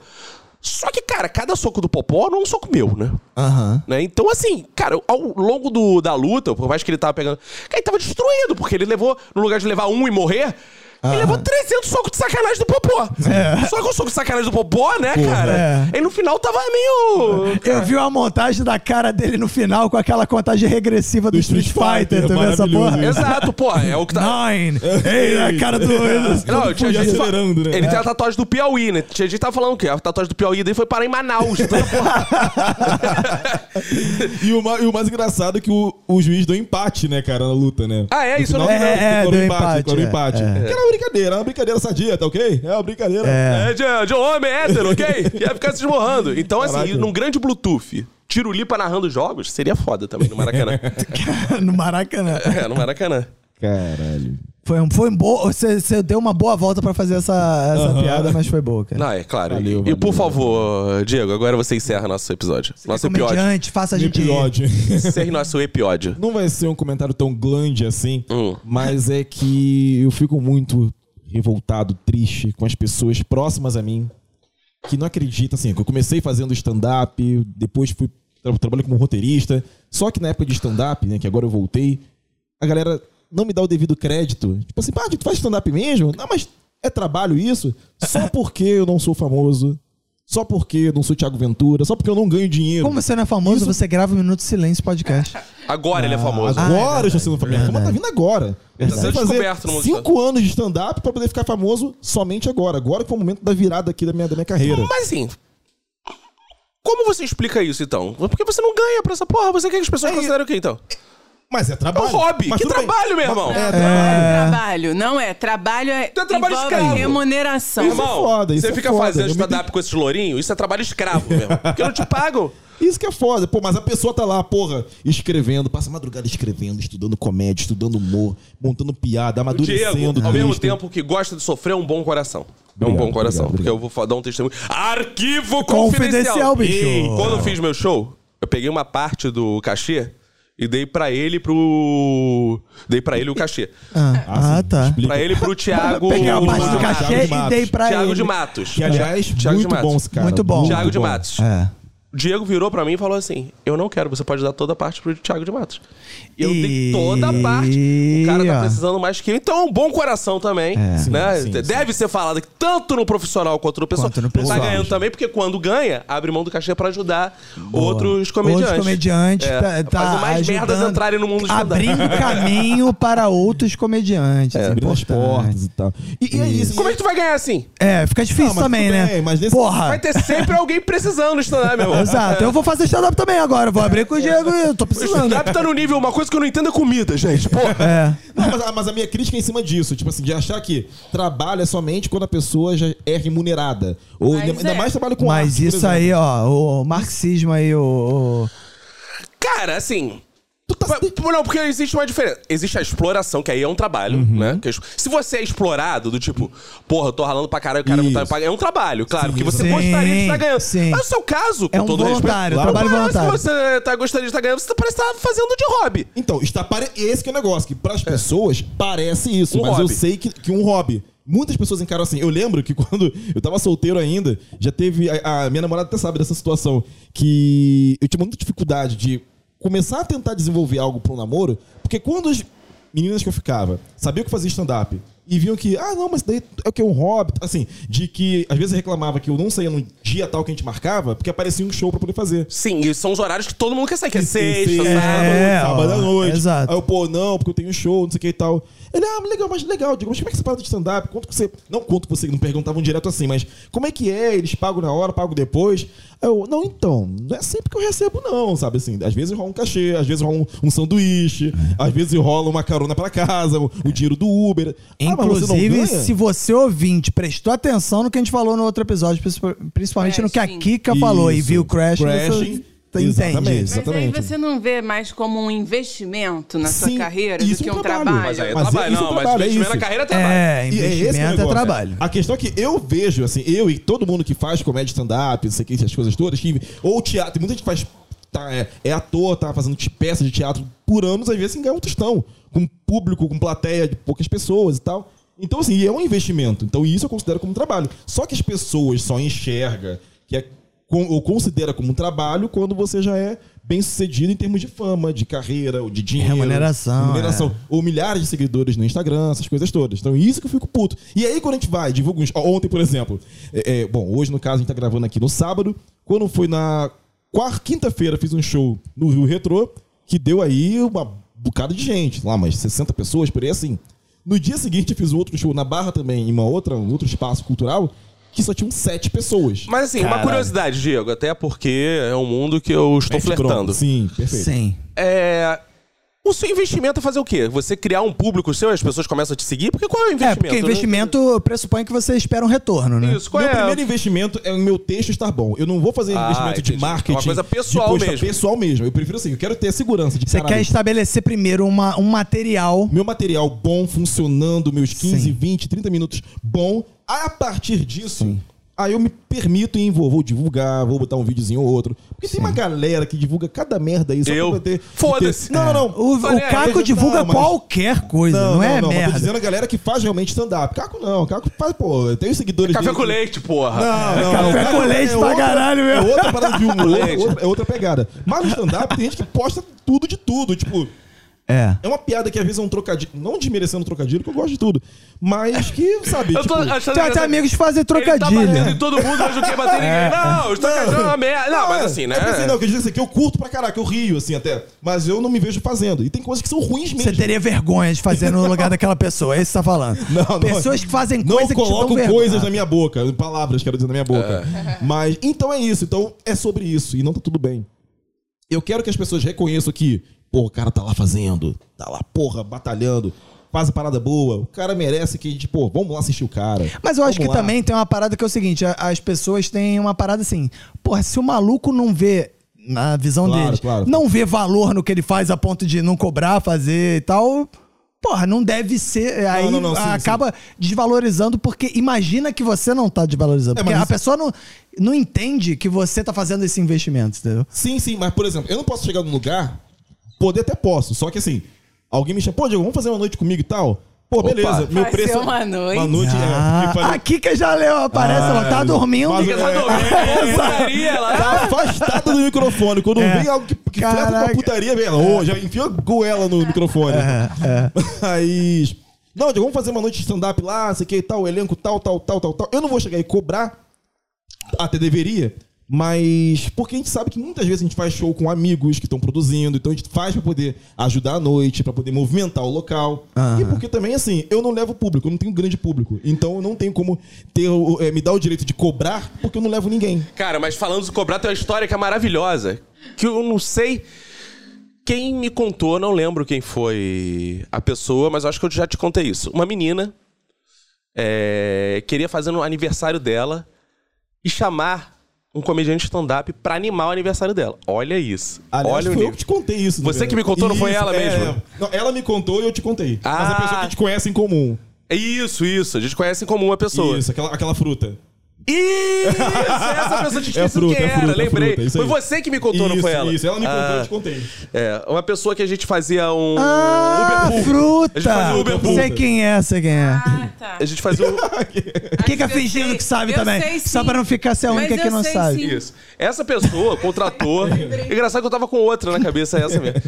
Só que, cara, cada soco do Popó não é um soco meu, né?
Aham.
né? Então, assim, cara, ao longo do- da luta, por mais que ele tava pegando. Cara, ele tava destruído, porque ele levou, no lugar de levar um e morrer,
Ah.
ele levou 300 socos de sacanagem do Popó.
É.
Só que o soco de sacanagem do Popó, né, cara? Ele no final tava meio.
Eu vi uma montagem da cara dele no final com aquela contagem regressiva do, Street Fighter, É tu viu essa
maravilhoso
porra?
isso.
Exato, porra, é o que tá.
Nine! Ei, a cara do Whindersson.
Não, tinha
Fugindo,
gente fa-
acelerando, né?
Ele tem a tatuagem do Piauí, né? Tinha gente que tava falando que a tatuagem do Piauí dele foi parar em Manaus. Então, porra,
E o, ma- e o mais engraçado é que o, o juiz deu empate, né, cara, na luta, né?
Ah, é?
No
Isso eu não
final,
vi, não.
declarou
É, é, deu empate,
declarou
é,
empate.
é.
Que era uma brincadeira, era uma brincadeira sadia, tá ok? É uma brincadeira.
é de, de homem hétero, ok? Ia ficar se esmorrando. Então, assim,
Caraca.
num grande Bluetooth, Tirulipa narrando jogos, seria foda também no Maracanã.
no Maracanã.
É, no Maracanã.
Caralho.
Foi um, foi um boa. Você, você deu uma boa volta pra fazer essa, essa
Aham.
piada, mas foi boa, cara.
Não, é claro.
Valeu,
e,
valeu,
por
valeu.
favor, Diego, agora você encerra nosso episódio. nosso episódio.
é Comediante, faça a gente. rir.
Um Episódio.
Encerre nosso episódio.
Não vai ser um comentário tão glande assim,
Hum.
mas é que eu fico muito revoltado, triste com as pessoas próximas a mim que não acreditam, assim, que eu comecei fazendo stand-up, depois fui tra trabalho como roteirista, só que na época de stand-up, né, que agora eu voltei, a galera não me dá o devido crédito. Tipo assim, pá, tu faz stand-up mesmo? Não, mas é trabalho isso? Só porque eu não sou famoso, só porque eu não sou Thiago Ventura, só porque eu não ganho dinheiro.
Como você não é famoso, você grava um Minuto de Silêncio podcast.
Agora ele é famoso.
Ah, é
Agora eu
verdade,
já sendo famoso. Como tá vindo agora? Eu
Tá sendo descoberto no mundo
cinco anos de stand-up pra poder ficar famoso somente agora. Agora que foi o momento da virada aqui da minha, da minha carreira.
Mas assim. Como você explica isso, então? Porque você não ganha pra essa porra. Você quer que as
É,
pessoas considerem o quê, então?
Mas é trabalho.
É um hobby.
Mas
Que
tudo bem.
trabalho, meu
Mas-
irmão?
É, trabalho.
Trabalho, não é. Trabalho é.
Então é trabalho
envolve
escravo.
remuneração.
Irmão,
foda, isso
você
é
fica
foda,
fazendo
eu me
stand-up com esses lourinhos, isso é trabalho escravo, meu irmão. Porque eu não te pago.
Isso que é foda. Pô, mas a pessoa tá lá, porra, escrevendo, passa a madrugada escrevendo, estudando comédia, estudando humor, montando piada,
O Diego,
amadurecendo.
ao mesmo
texto.
tempo que gosta de sofrer, é um bom coração. É um
Obrigado,
bom coração.
obrigado,
porque eu
obrigado.
vou fa- dar um testemunho. Arquivo
Confidencial,
confidencial.
bicho.
Ei, Quando eu fiz meu show, eu peguei uma parte do cachê E dei pra ele e pro. Dei pra ele o cachê.
Ah, ah, tá.
Explica.
Pra ele e pro Thiago.
Peguei a parte do
Thiago
cachê
de
e
Matos.
dei pra
Thiago
ele.
de Matos.
Que, aliás,
Thiago de
muito
Matos.
bom esse cara.
Muito bom.
Thiago de Matos.
É.
Diego virou pra mim e falou assim: Eu não quero, você pode dar toda a parte pro Thiago de Matos. E eu dei
E-
toda a parte. O cara tá
ó.
precisando mais que eu. Então é um bom coração também.
É.
né?
Sim, sim,
Deve ser falado que tanto no profissional quanto no pessoal.
Quanto no
Tá
pessoal.
ganhando também, porque quando ganha, abre mão do cachê pra ajudar outros comediantes.
Outros comediantes.
É.
Tá, tá
Fazendo mais
ajudando,
merdas entrarem no mundo de um.
Abrindo caminho para outros comediantes. É,
Abrindo as
importante.
portas e tal. E, e é isso.
Como é que tu vai ganhar assim?
É, fica difícil
Não, mas
também,
tudo
né?
bem, mas nesse-
Porra.
Vai ter sempre alguém precisando estudar, meu irmão.
Exato. Eu vou fazer stand-up também agora. Vou abrir
É.
com o Diego e eu tô
O
precisando.
stand-up tá no nível, uma coisa que eu não entendo é comida, gente. Porra.
É.
Não, mas, a- mas a minha crítica é em cima disso, tipo assim, de achar que trabalho é somente quando a pessoa já é remunerada. Ou
Mas
ainda, ainda
é.
mais trabalho com
Mas
arte, por
isso
exemplo.
aí, ó, o marxismo aí,
Ah,
o. o-
Cara, assim.
Tu tá-
P- p- Não, porque existe uma diferença. Existe a exploração, que aí é um trabalho,
Uhum.
né? Que é es- Se você é explorado, do tipo, porra, eu tô ralando pra caralho, o cara não tá me
Isso.
pagando. É um trabalho, claro, porque você
sim.
gostaria de estar ganhando.
Sim.
Mas o seu caso, com
É um
todo
voluntário,
respeito.
trabalho
mas
voluntário.
Se você tá, gostaria de estar ganhando, você tá- parece que tá fazendo de hobby.
Então, está pare... esse que é o negócio, que pras pessoas parece isso,
Um
mas eu
hobby.
sei que, que um hobby. Muitas pessoas encaram assim. Eu lembro que quando eu tava solteiro ainda, já teve. A, a minha namorada até sabe dessa situação. Que eu tinha muita dificuldade de começar a tentar desenvolver algo para um namoro, porque quando as meninas que eu ficava sabiam que eu fazia stand-up e viam que, ah, não, mas daí é o que? Um hobby, assim, de que às vezes eu reclamava que eu não saía no dia tal que a gente marcava, porque aparecia um show para poder fazer.
Sim, e são os horários que todo mundo quer sair, que é
Sexta,
sexta,
sábado,
sábado.
É,
sábado
ó,
à noite.
exato.
Aí eu, pô, não, porque eu tenho um show, não sei o que e tal. Ele, ah, mas legal, mas legal. Eu Digo, mas como é que você paga de stand-up? Quanto que você. Não quanto você, não perguntavam direto assim, mas como é que é? Eles pagam na hora, pagam depois. Aí eu, não, então, não é sempre que eu recebo, não, sabe assim? Às vezes rola um cachê, às vezes rola um, um sanduíche,
É.
às vezes rola uma carona pra casa, o, o dinheiro do Uber. Ah, mas você não
Inclusive,
ganha?
se você ouvinte prestou atenção no que a gente falou no outro episódio, princip- principalmente no que a
Crashing.
Kika falou e
Isso.
viu o Crash,
Crashing,
você entende.
exatamente.
Mas
Exatamente.
aí você não vê mais como um investimento na sua
Sim,
carreira
isso
do que
é um
um
trabalho.
trabalho.
Mas aí é
Mas é-
trabalho,
isso é
não, mas
trabalho, é
investimento na
isso.
carreira é trabalho.
É,
E esse o
investimento é,
negócio.
trabalho.
A questão é que eu vejo, assim, eu e todo mundo que faz comédia stand-up, não sei o que, essas coisas todas, que, ou teatro, tem muita gente que faz. Tá, é, é ator, tá fazendo te- peça de teatro por anos, às vezes sem ganhar um tostão. Com público, com plateia de poucas pessoas e tal. Então, assim, é um investimento. Então, isso eu considero como trabalho. Só que as pessoas só enxerga que é, com- ou considera como um trabalho quando você já é bem sucedido em termos de fama, de carreira, ou de dinheiro.
Remuneração, é.
Remuneração ou milhares de seguidores no Instagram, essas coisas todas. Então, isso que eu fico puto. E aí, quando a gente vai, divulga uns... ó, Ontem, por exemplo. é, é, bom, hoje, no caso, a gente tá gravando aqui no sábado. Quando foi na quarta, quinta-feira, fiz um show no Rio Retrô, que deu aí uma bocada de gente. Sei lá, mas 60 pessoas, por aí assim. No dia seguinte, eu fiz um outro show na Barra também, em uma outra, um outro espaço cultural, que só tinham sete pessoas.
Mas assim, uma
Caralho.
curiosidade, Diego, até porque é um mundo que eu estou flertando.
Sim, perfeito.
Sim.
É. O seu investimento é fazer o quê? Você criar um público seu e as pessoas começam a te seguir? Porque qual é o
É,
investimento?
porque
né?
investimento pressupõe que você espera um retorno, né?
Isso, qual
meu
é?
primeiro investimento é o meu texto estar bom. Eu não vou fazer
Ah,
investimento de
entendi.
marketing.
Uma coisa pessoal
de postar
mesmo.
Pessoal mesmo. Eu prefiro assim, eu quero ter a segurança de
Você
caralho,
quer estabelecer primeiro uma, um material.
meu material bom funcionando, meus 15,
Sim.
20, 30 minutos bom. A partir disso, aí eu me permito e vou, vou divulgar, vou botar um videozinho ou outro. Porque tem uma galera que divulga cada merda aí, só
Eu?
pra ter.
Foda-se.
ter- Não, não, não.
É. O, o
Olha,
Caco
não,
divulga
mas-
qualquer coisa, não, é
mas
merda.
Tô dizendo a galera que faz realmente stand-up. Caco não, Caco faz, pô, eu tenho seguidores
É Café
dele
com
que-
leite, porra.
Não, não,
Café
não.
com leite pra
outra-
caralho, meu.
É outra parada de humor, é
Leite.
outra, é outra pegada. Mas no stand-up tem gente que posta tudo de tudo. Tipo,
É.
é uma piada que às vezes é um trocadilho. Não desmerecendo o trocadilho, que eu gosto de tudo. Mas que, sabe,
Eu
tipo.
tô achando
Tem até
engraçado.
amigos que fazem
Ele tá
trocadilho.
batendo em todo mundo, mas não quer bater em ninguém. Não, os trocadilhos é uma merda. Não, mas assim, né?
Ah. É porque, assim, não, que eu digo assim, que eu curto pra caraca, eu rio, assim, até. Mas eu não me vejo fazendo. E tem coisas que são ruins mesmo.
Você teria vergonha de fazer no lugar daquela pessoa, é isso que você tá falando.
Não, não.
Pessoas que fazem
Não
coisa que te dão
colocam
vergonha.
coisas na minha boca, palavras, quero dizer, na minha boca. Mas, então é isso. Então é sobre isso. E não tá tudo bem. Eu quero que as pessoas reconheçam que, pô, o cara tá lá fazendo, tá lá, porra, batalhando, faz a parada boa. O cara merece que a gente, pô, vamos lá assistir o cara.
Mas eu acho
Vamos
que
lá.
também tem uma parada que é o seguinte, a- as pessoas têm uma parada assim, porra, se o maluco não vê na visão
Claro,
deles,
claro.
não vê valor no que ele faz a ponto de não cobrar, fazer e tal, porra, não deve ser, aí
não, não, sim,
acaba desvalorizando porque imagina que você não tá desvalorizando,
É,
porque
mas
a
isso-
pessoa não, não entende que você tá fazendo esse investimento, entendeu?
Sim, sim, mas por exemplo, eu não posso chegar num lugar Poder até posso, só que assim, alguém me chama, pô, Diego, vamos fazer uma noite comigo e tal? Pô,
Opa.
beleza, meu
Vai
preço.
ser uma noite.
Uma noite, é,
Ah,
porque falei-
a Kika já leu, aparece, ela tá dormindo.
Mas-
Fica essa dormida, né? putaria, ela-
Tá afastada do microfone. Quando
É.
vem algo que, que fleta com a
Caraca.
putaria, vem ela. Ô, já enfiou a goela no microfone.
é,
Mas. Não, Diego, vamos fazer uma noite de stand-up lá, sei que tal, elenco tal, tal, tal, tal, tal. Eu não vou chegar e cobrar. Até deveria. Mas. Porque a gente sabe que muitas vezes a gente faz show com amigos que estão produzindo. Então a gente faz pra poder ajudar a noite, pra poder movimentar o local. E porque também, assim, eu não levo público, eu não tenho grande público. Então eu não tenho como ter, o- eh, me dar o direito de cobrar, porque eu não levo ninguém.
Cara, mas falando de cobrar, tem uma história que é maravilhosa. Que eu não sei quem me contou, não lembro quem foi a pessoa, mas eu acho que eu já te contei isso. Uma menina é, queria fazer no aniversário dela e chamar um comediante stand-up pra animar o aniversário dela. Olha isso.
Aliás,
Olha o
foi eu
nível.
que te contei isso. na
Você
verdade.
que me contou, não foi ela mesma?
Não, ela me contou e eu te contei. Mas
Ah.
a pessoa que te conhece em comum.
É Isso, isso. A gente conhece em comum a pessoa.
Isso, aquela, aquela fruta.
Isso! Essa pessoa te
É
esqueci
fruta,
quem
é
era,
fruta, é
lembrei.
fruta, isso
foi
aí.
você que me contou, não foi
Isso,
ela?
Isso, ela me contou e
Ah,
eu te contei.
É, uma pessoa que a gente fazia um.
Ah,
Uber Pool. A gente fazia
fruta!
o Uber Pool.
Sei quem é, sei quem é.
Ah, tá.
A gente fazia um.
Kika
eu
fingindo
sei.
que sabe
Eu
também.
sei,
só
sim.
pra não ficar se a
Mas
única
eu
que não
sei,
sabe.
sim.
Isso. Essa pessoa contratou. Engraçado que eu tava com outra na cabeça, essa mesmo.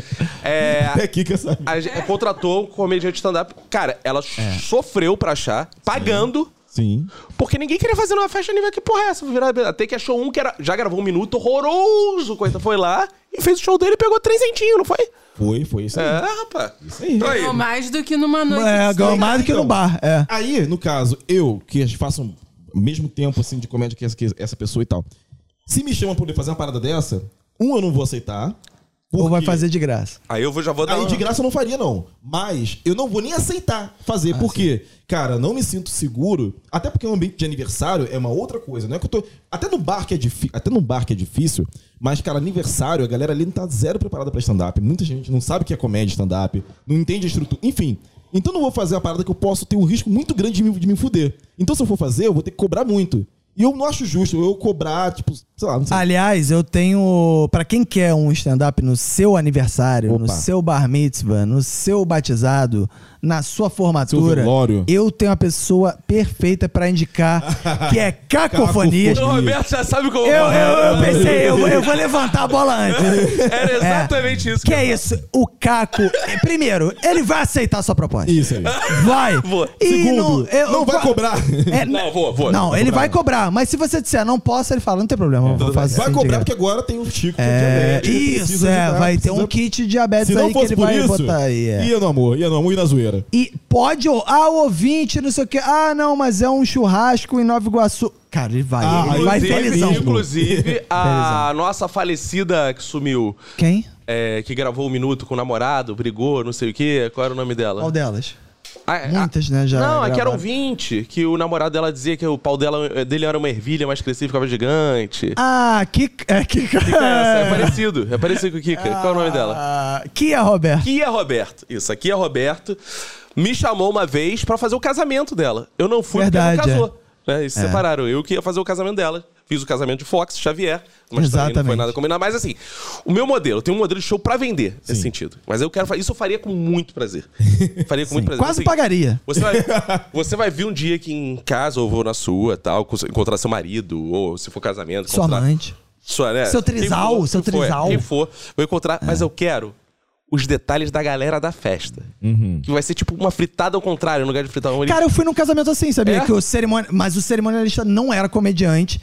É,
É aqui que essa.
a gente- contratou um comediante de stand-up. Cara, ela sofreu pra achar, pagando.
Sim.
Porque ninguém queria fazer numa festa nível que porra é essa? Virar- Até que achou um que era, já gravou um minuto horroroso, coisa foi lá e fez o show dele e pegou trezentinho, não foi?
Foi, foi isso aí.
É, rapaz.
aí.
Então aí.
Ganhou mais do que numa noite.
É,
de
ganhou
samba.
mais do que no
Então.
bar. É.
Aí, no caso, eu, que faço um- o mesmo tempo assim de comédia que essa, que essa pessoa e tal. Se me chamam pra poder fazer uma parada dessa, um eu não vou aceitar.
Ou vai
porque-
fazer de graça.
Aí eu vou, já vou dar um
Aí
uma-
de graça eu não faria, não. Mas eu não vou nem aceitar fazer, porque, cara, não me sinto seguro. Até porque o ambiente de aniversário é uma outra coisa, não é que eu tô. Até no bar que é difícil. Até no bar que é difícil, mas, cara, aniversário, a galera ali não tá zero preparada pra stand-up. Muita gente não sabe o que é comédia stand-up, não entende a estrutura. Enfim. Então eu não vou fazer uma parada que eu posso ter um risco muito grande de me, de me fuder. Então, se eu for fazer, eu vou ter que cobrar muito. E eu não acho justo eu cobrar, tipo, sei lá, não sei.
Aliás, eu tenho. Pra quem quer um stand-up no seu aniversário, no
Opa.
seu bar mitzvah, no seu batizado, na sua formatura,
velório.
eu tenho a pessoa perfeita pra indicar, que é Cacofonias.
Cacofonias.
O Roberto já sabe como é.
Eu, eu, eu pensei, eu, eu vou levantar a bola antes.
Era exatamente isso.
Que é isso? O Caco. eh, Primeiro, ele vai aceitar a sua proposta.
Isso aí.
Vai.
Vou.
E
Segundo, não,
eu-
vai cobrar.
É,
Não, vou, vou.
Não, ele vai cobrar. Mas se você disser não posso, ele fala, não tem problema. eu faço
Vai
assim,
cobrar
direto.
porque agora tem o Chico. que
É,
diabético,
isso,
precisa
é.
ajudar,
vai ter
precisa-
um kit diabetes
Se não
aí que
fosse
ele
por
vai
isso,
botar aí. é.
ia no amor, ia no amor, ia na zoeira.
E pode, ó, ah, o ouvinte, não sei o quê. Ah, não, mas é um churrasco em Nova Iguaçu. Cara, ele vai,
Ah,
ele vai
Inclusive-
felizão.
Inclusive, a nossa falecida que sumiu,
Quem?
é, que gravou um minuto com o namorado, brigou, não sei o quê. Qual era o nome dela?
Qual delas?
A- a-
Muitas, né, já
Não, aqui era
gravaram.
um 20, que o namorado dela dizia que o pau dela, eh, dele era uma ervilha, mas crescia e ficava gigante.
Ah, que é que
É, essa, é parecido, é parecido com o Kika. Qual é o nome dela?
Ah, Kia Roberto.
Kia Roberto. Isso, aqui é Roberto. Me chamou uma vez pra fazer o casamento dela. Eu não fui
Verdade, é.
porque ela casou. Né? E se separaram. Eu que ia fazer o casamento dela. Fiz o casamento de Fox, Xavier. Mas também não foi
Exatamente.
nada combinado. Mas assim, o meu modelo, eu tenho um modelo de show pra vender nesse sentido. Mas eu quero fa- Isso eu faria com muito prazer. Faria com muito prazer.
Quase
Assim,
pagaria.
Você vai, você vai vir um dia aqui em casa, ou vou na sua, tal, cons- encontrar seu marido, ou se for casamento,
Sua
encontrar-
amante.
sua, né?
Seu trisal,
quem for,
seu
quem for, é,
trisal. É.
Quem for, vou encontrar, mas eu quero os detalhes da galera da festa. Que vai ser tipo uma fritada ao contrário, no lugar de fritar uma
Cara, eu fui num casamento assim, sabia?
É?
Que o cerimoni... Mas o cerimonialista não era comediante.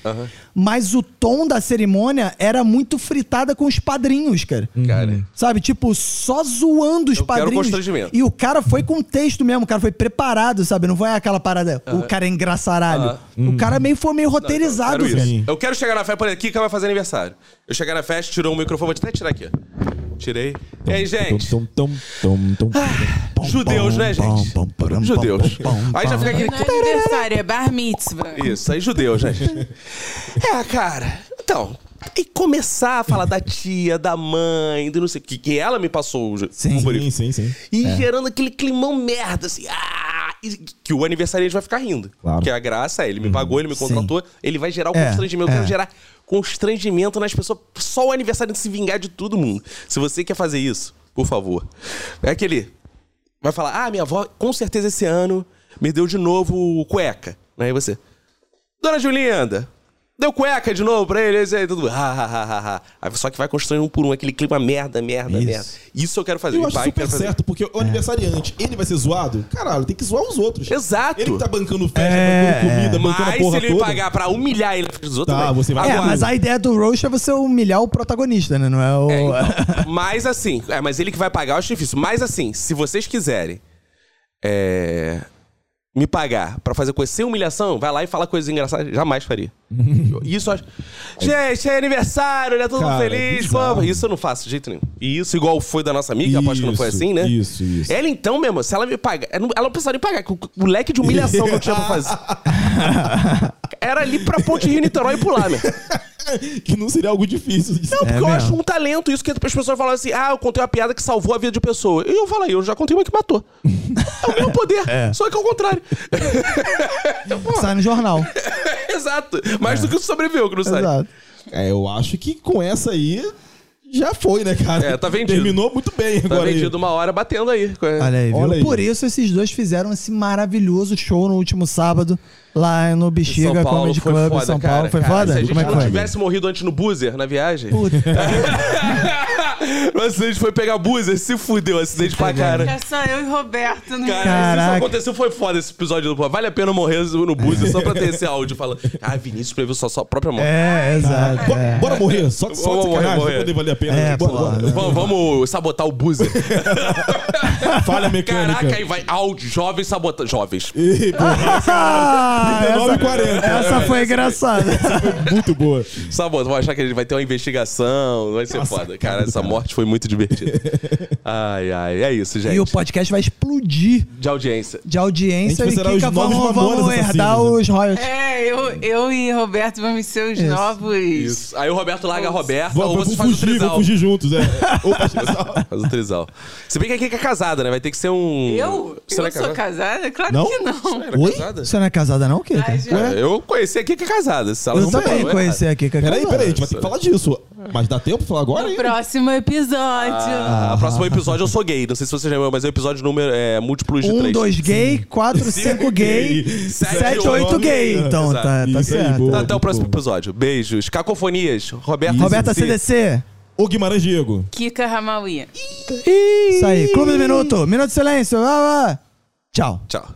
Mas o tom da cerimônia era muito fritada com os padrinhos, cara.
Hum. Cara.
Sabe, tipo, só zoando os
Eu quero
padrinhos.
constrangimento.
E o cara foi com texto mesmo, o cara foi preparado, sabe? Não foi aquela parada, o cara é engraçaralho. O cara meio foi meio roteirizado,
então, Eu quero,
velho.
isso. eu quero chegar na festa, por exemplo, Kika vai fazer aniversário. Eu chegar na festa, tirou o microfone, vou até tirar aqui, ó. Tirei. E aí, gente?
Tom, tom, tom, tom, tom.
Judeus, né, gente? Judeus. Aí já fica aquele.
Não é aniversário, é bar mitzvah.
Isso, aí judeu, gente. É, cara. Então, e começar a falar da tia, da mãe, do não sei o que, que ela me passou o ju-
Sim,
o
Sim,
burico.
sim, sim.
E gerando aquele climão merda, assim. Ah! e que o aniversariante vai ficar rindo.
Claro.
Porque a graça é, ele me pagou, ele me
Sim.
contratou, ele vai gerar o
É,
constrangimento, eu quero
é.
gerar constrangimento nas pessoas. Só o aniversariante se vingar de todo mundo. Se você quer fazer isso, Por favor. É aquele. Vai falar, ah, minha avó, com certeza esse ano me deu de novo o cueca. Aí você. Dona Julinda, deu cueca de novo pra ele, isso aí, tudo. Ha, ha, ha, ha, ha. Aí só que vai construindo um por um, aquele clima merda, merda,
Isso.
merda. Isso eu quero fazer.
Eu
E
acho
vai,
super
quero fazer.
certo, porque
É.
o aniversariante, ele vai ser zoado? Caralho, tem que zoar os outros.
Exato.
Ele que tá bancando festa,
É,
bancando comida, bancando a
Mas se
porra
ele
toda.
pagar pra humilhar ele na frente dos outros,
Tá,
vai.
você vai
É,
Agora-
mas a ideia do roast é você humilhar o protagonista, né? Não é
Então,
o.
Mas assim, é, mas ele que vai pagar, eu acho difícil. Mas assim, se vocês quiserem é, me pagar pra fazer coisa sem humilhação, vai lá e fala coisas engraçadas. Jamais faria. isso eu acho. Gente, é aniversário, né? Todo mundo
Cara, é
feliz.
bizarro.
pô, isso eu não faço de jeito nenhum. E isso, igual foi da nossa amiga, aposto que não foi
Isso,
assim, né?
isso, isso.
Ela então mesmo, se ela me pagar. Ela não ela não precisava nem pagar, que o o leque de humilhação que eu tinha pra fazer. Era ali pra Ponte Rio Niterói e pular, né?
que não seria algo difícil. de-
Não, porque eu
É mesmo.
acho um talento isso que as pessoas falam assim: ah, eu contei uma piada que salvou a vida de pessoa. E eu falo aí, eu já contei uma que matou. É o meu poder, só que é o contrário. então.
Sai no jornal.
Exato. Mais do que o que sobreviveu, que não sai.
É. Exato.
É, eu acho que com essa aí já foi, né, cara?
É, tá vendido.
Terminou muito bem
Tá
agora. aí.
vendido uma hora batendo aí.
Olha aí, viu?
Olha aí.
Por isso esses dois fizeram esse maravilhoso show no último sábado, lá no Bexiga Comedy Club em São Paulo. Foi
cara. Se a
foda?
gente
Como é que
não
foi?
tivesse morrido antes no Boozer, na viagem.
Puta,
Mas a gente foi pegar Boozer, se fudeu, acidente pra cara.
É só eu e Roberto né? no
Cara, se isso
Caraca.
aconteceu, foi foda esse episódio do Vale a pena eu morrer no Boozer só pra ter esse áudio falando. Ah, Vinícius previu só sua própria morte.
é, exato.
Bora,
é.
bora morrer, só que só
Vamos
de sacanagem,
morrer,
pra poder valer a pena.
É,
bora,
pô,
bora.
né?
Vamos, vamos sabotar o Boozer.
Falha mecânica.
Caraca, aí vai áudio, jovens sabotando. Jovens.
Ih, porra,
Ah, essa,
19h40.
essa foi engraçada.
É. muito boa.
Sabotando. Vão achar que a gente vai ter uma investigação. Vai ser foda. Cara, essa morte foi muito divertida. ai, ai. É isso, gente.
E o podcast vai explodir
De audiência.
de audiência
A
e
gente vai
que
virar os novos
vamos,
Mamonas
vamos herdar
assassinos, né?
os royalties.
É, eu, eu e Roberto vamos ser os novos.
Isso. Aí o Roberto larga a Roberta ou
Vamos
você faz o
fugir,
trisal.
vamos fugir juntos. É. Ou faz trisal.
Faz o trisal. Se bem que aqui que é casada, né? Vai ter que ser um.
Eu?
Você não é
eu sou
casada?
casada? Claro
Não?
que não.
Era
Oi?
casada?
Você não é casada, não, Kika?
Ai, gente.
Cara, É, Eu conheci aqui que é casada. Se ela
Eu
não falou,
também
é
conheci a Kika.
Peraí, peraí, a gente vai ter que falar disso. Mas dá tempo pra falar agora,
No
hein?
próximo episódio.
errado. Ah, próximo episódio eu sou gay. Não sei se você já viu, mas é o episódio número é múltiplos de
Um,
três.
dois gay, quatro, cinco gay,
sete,
sete,
oito
oito gay.
gay.
Então, tá, tá
Isso aí,
certo.
boa.
Até o próximo episódio. Beijos. Cacofonias. Roberto
Roberta CDC.
O Guimarães Diego.
Kika Ramauia.
Isso aí. Clube do Minuto. Minuto de silêncio. Ah, ah. Tchau.
Tchau.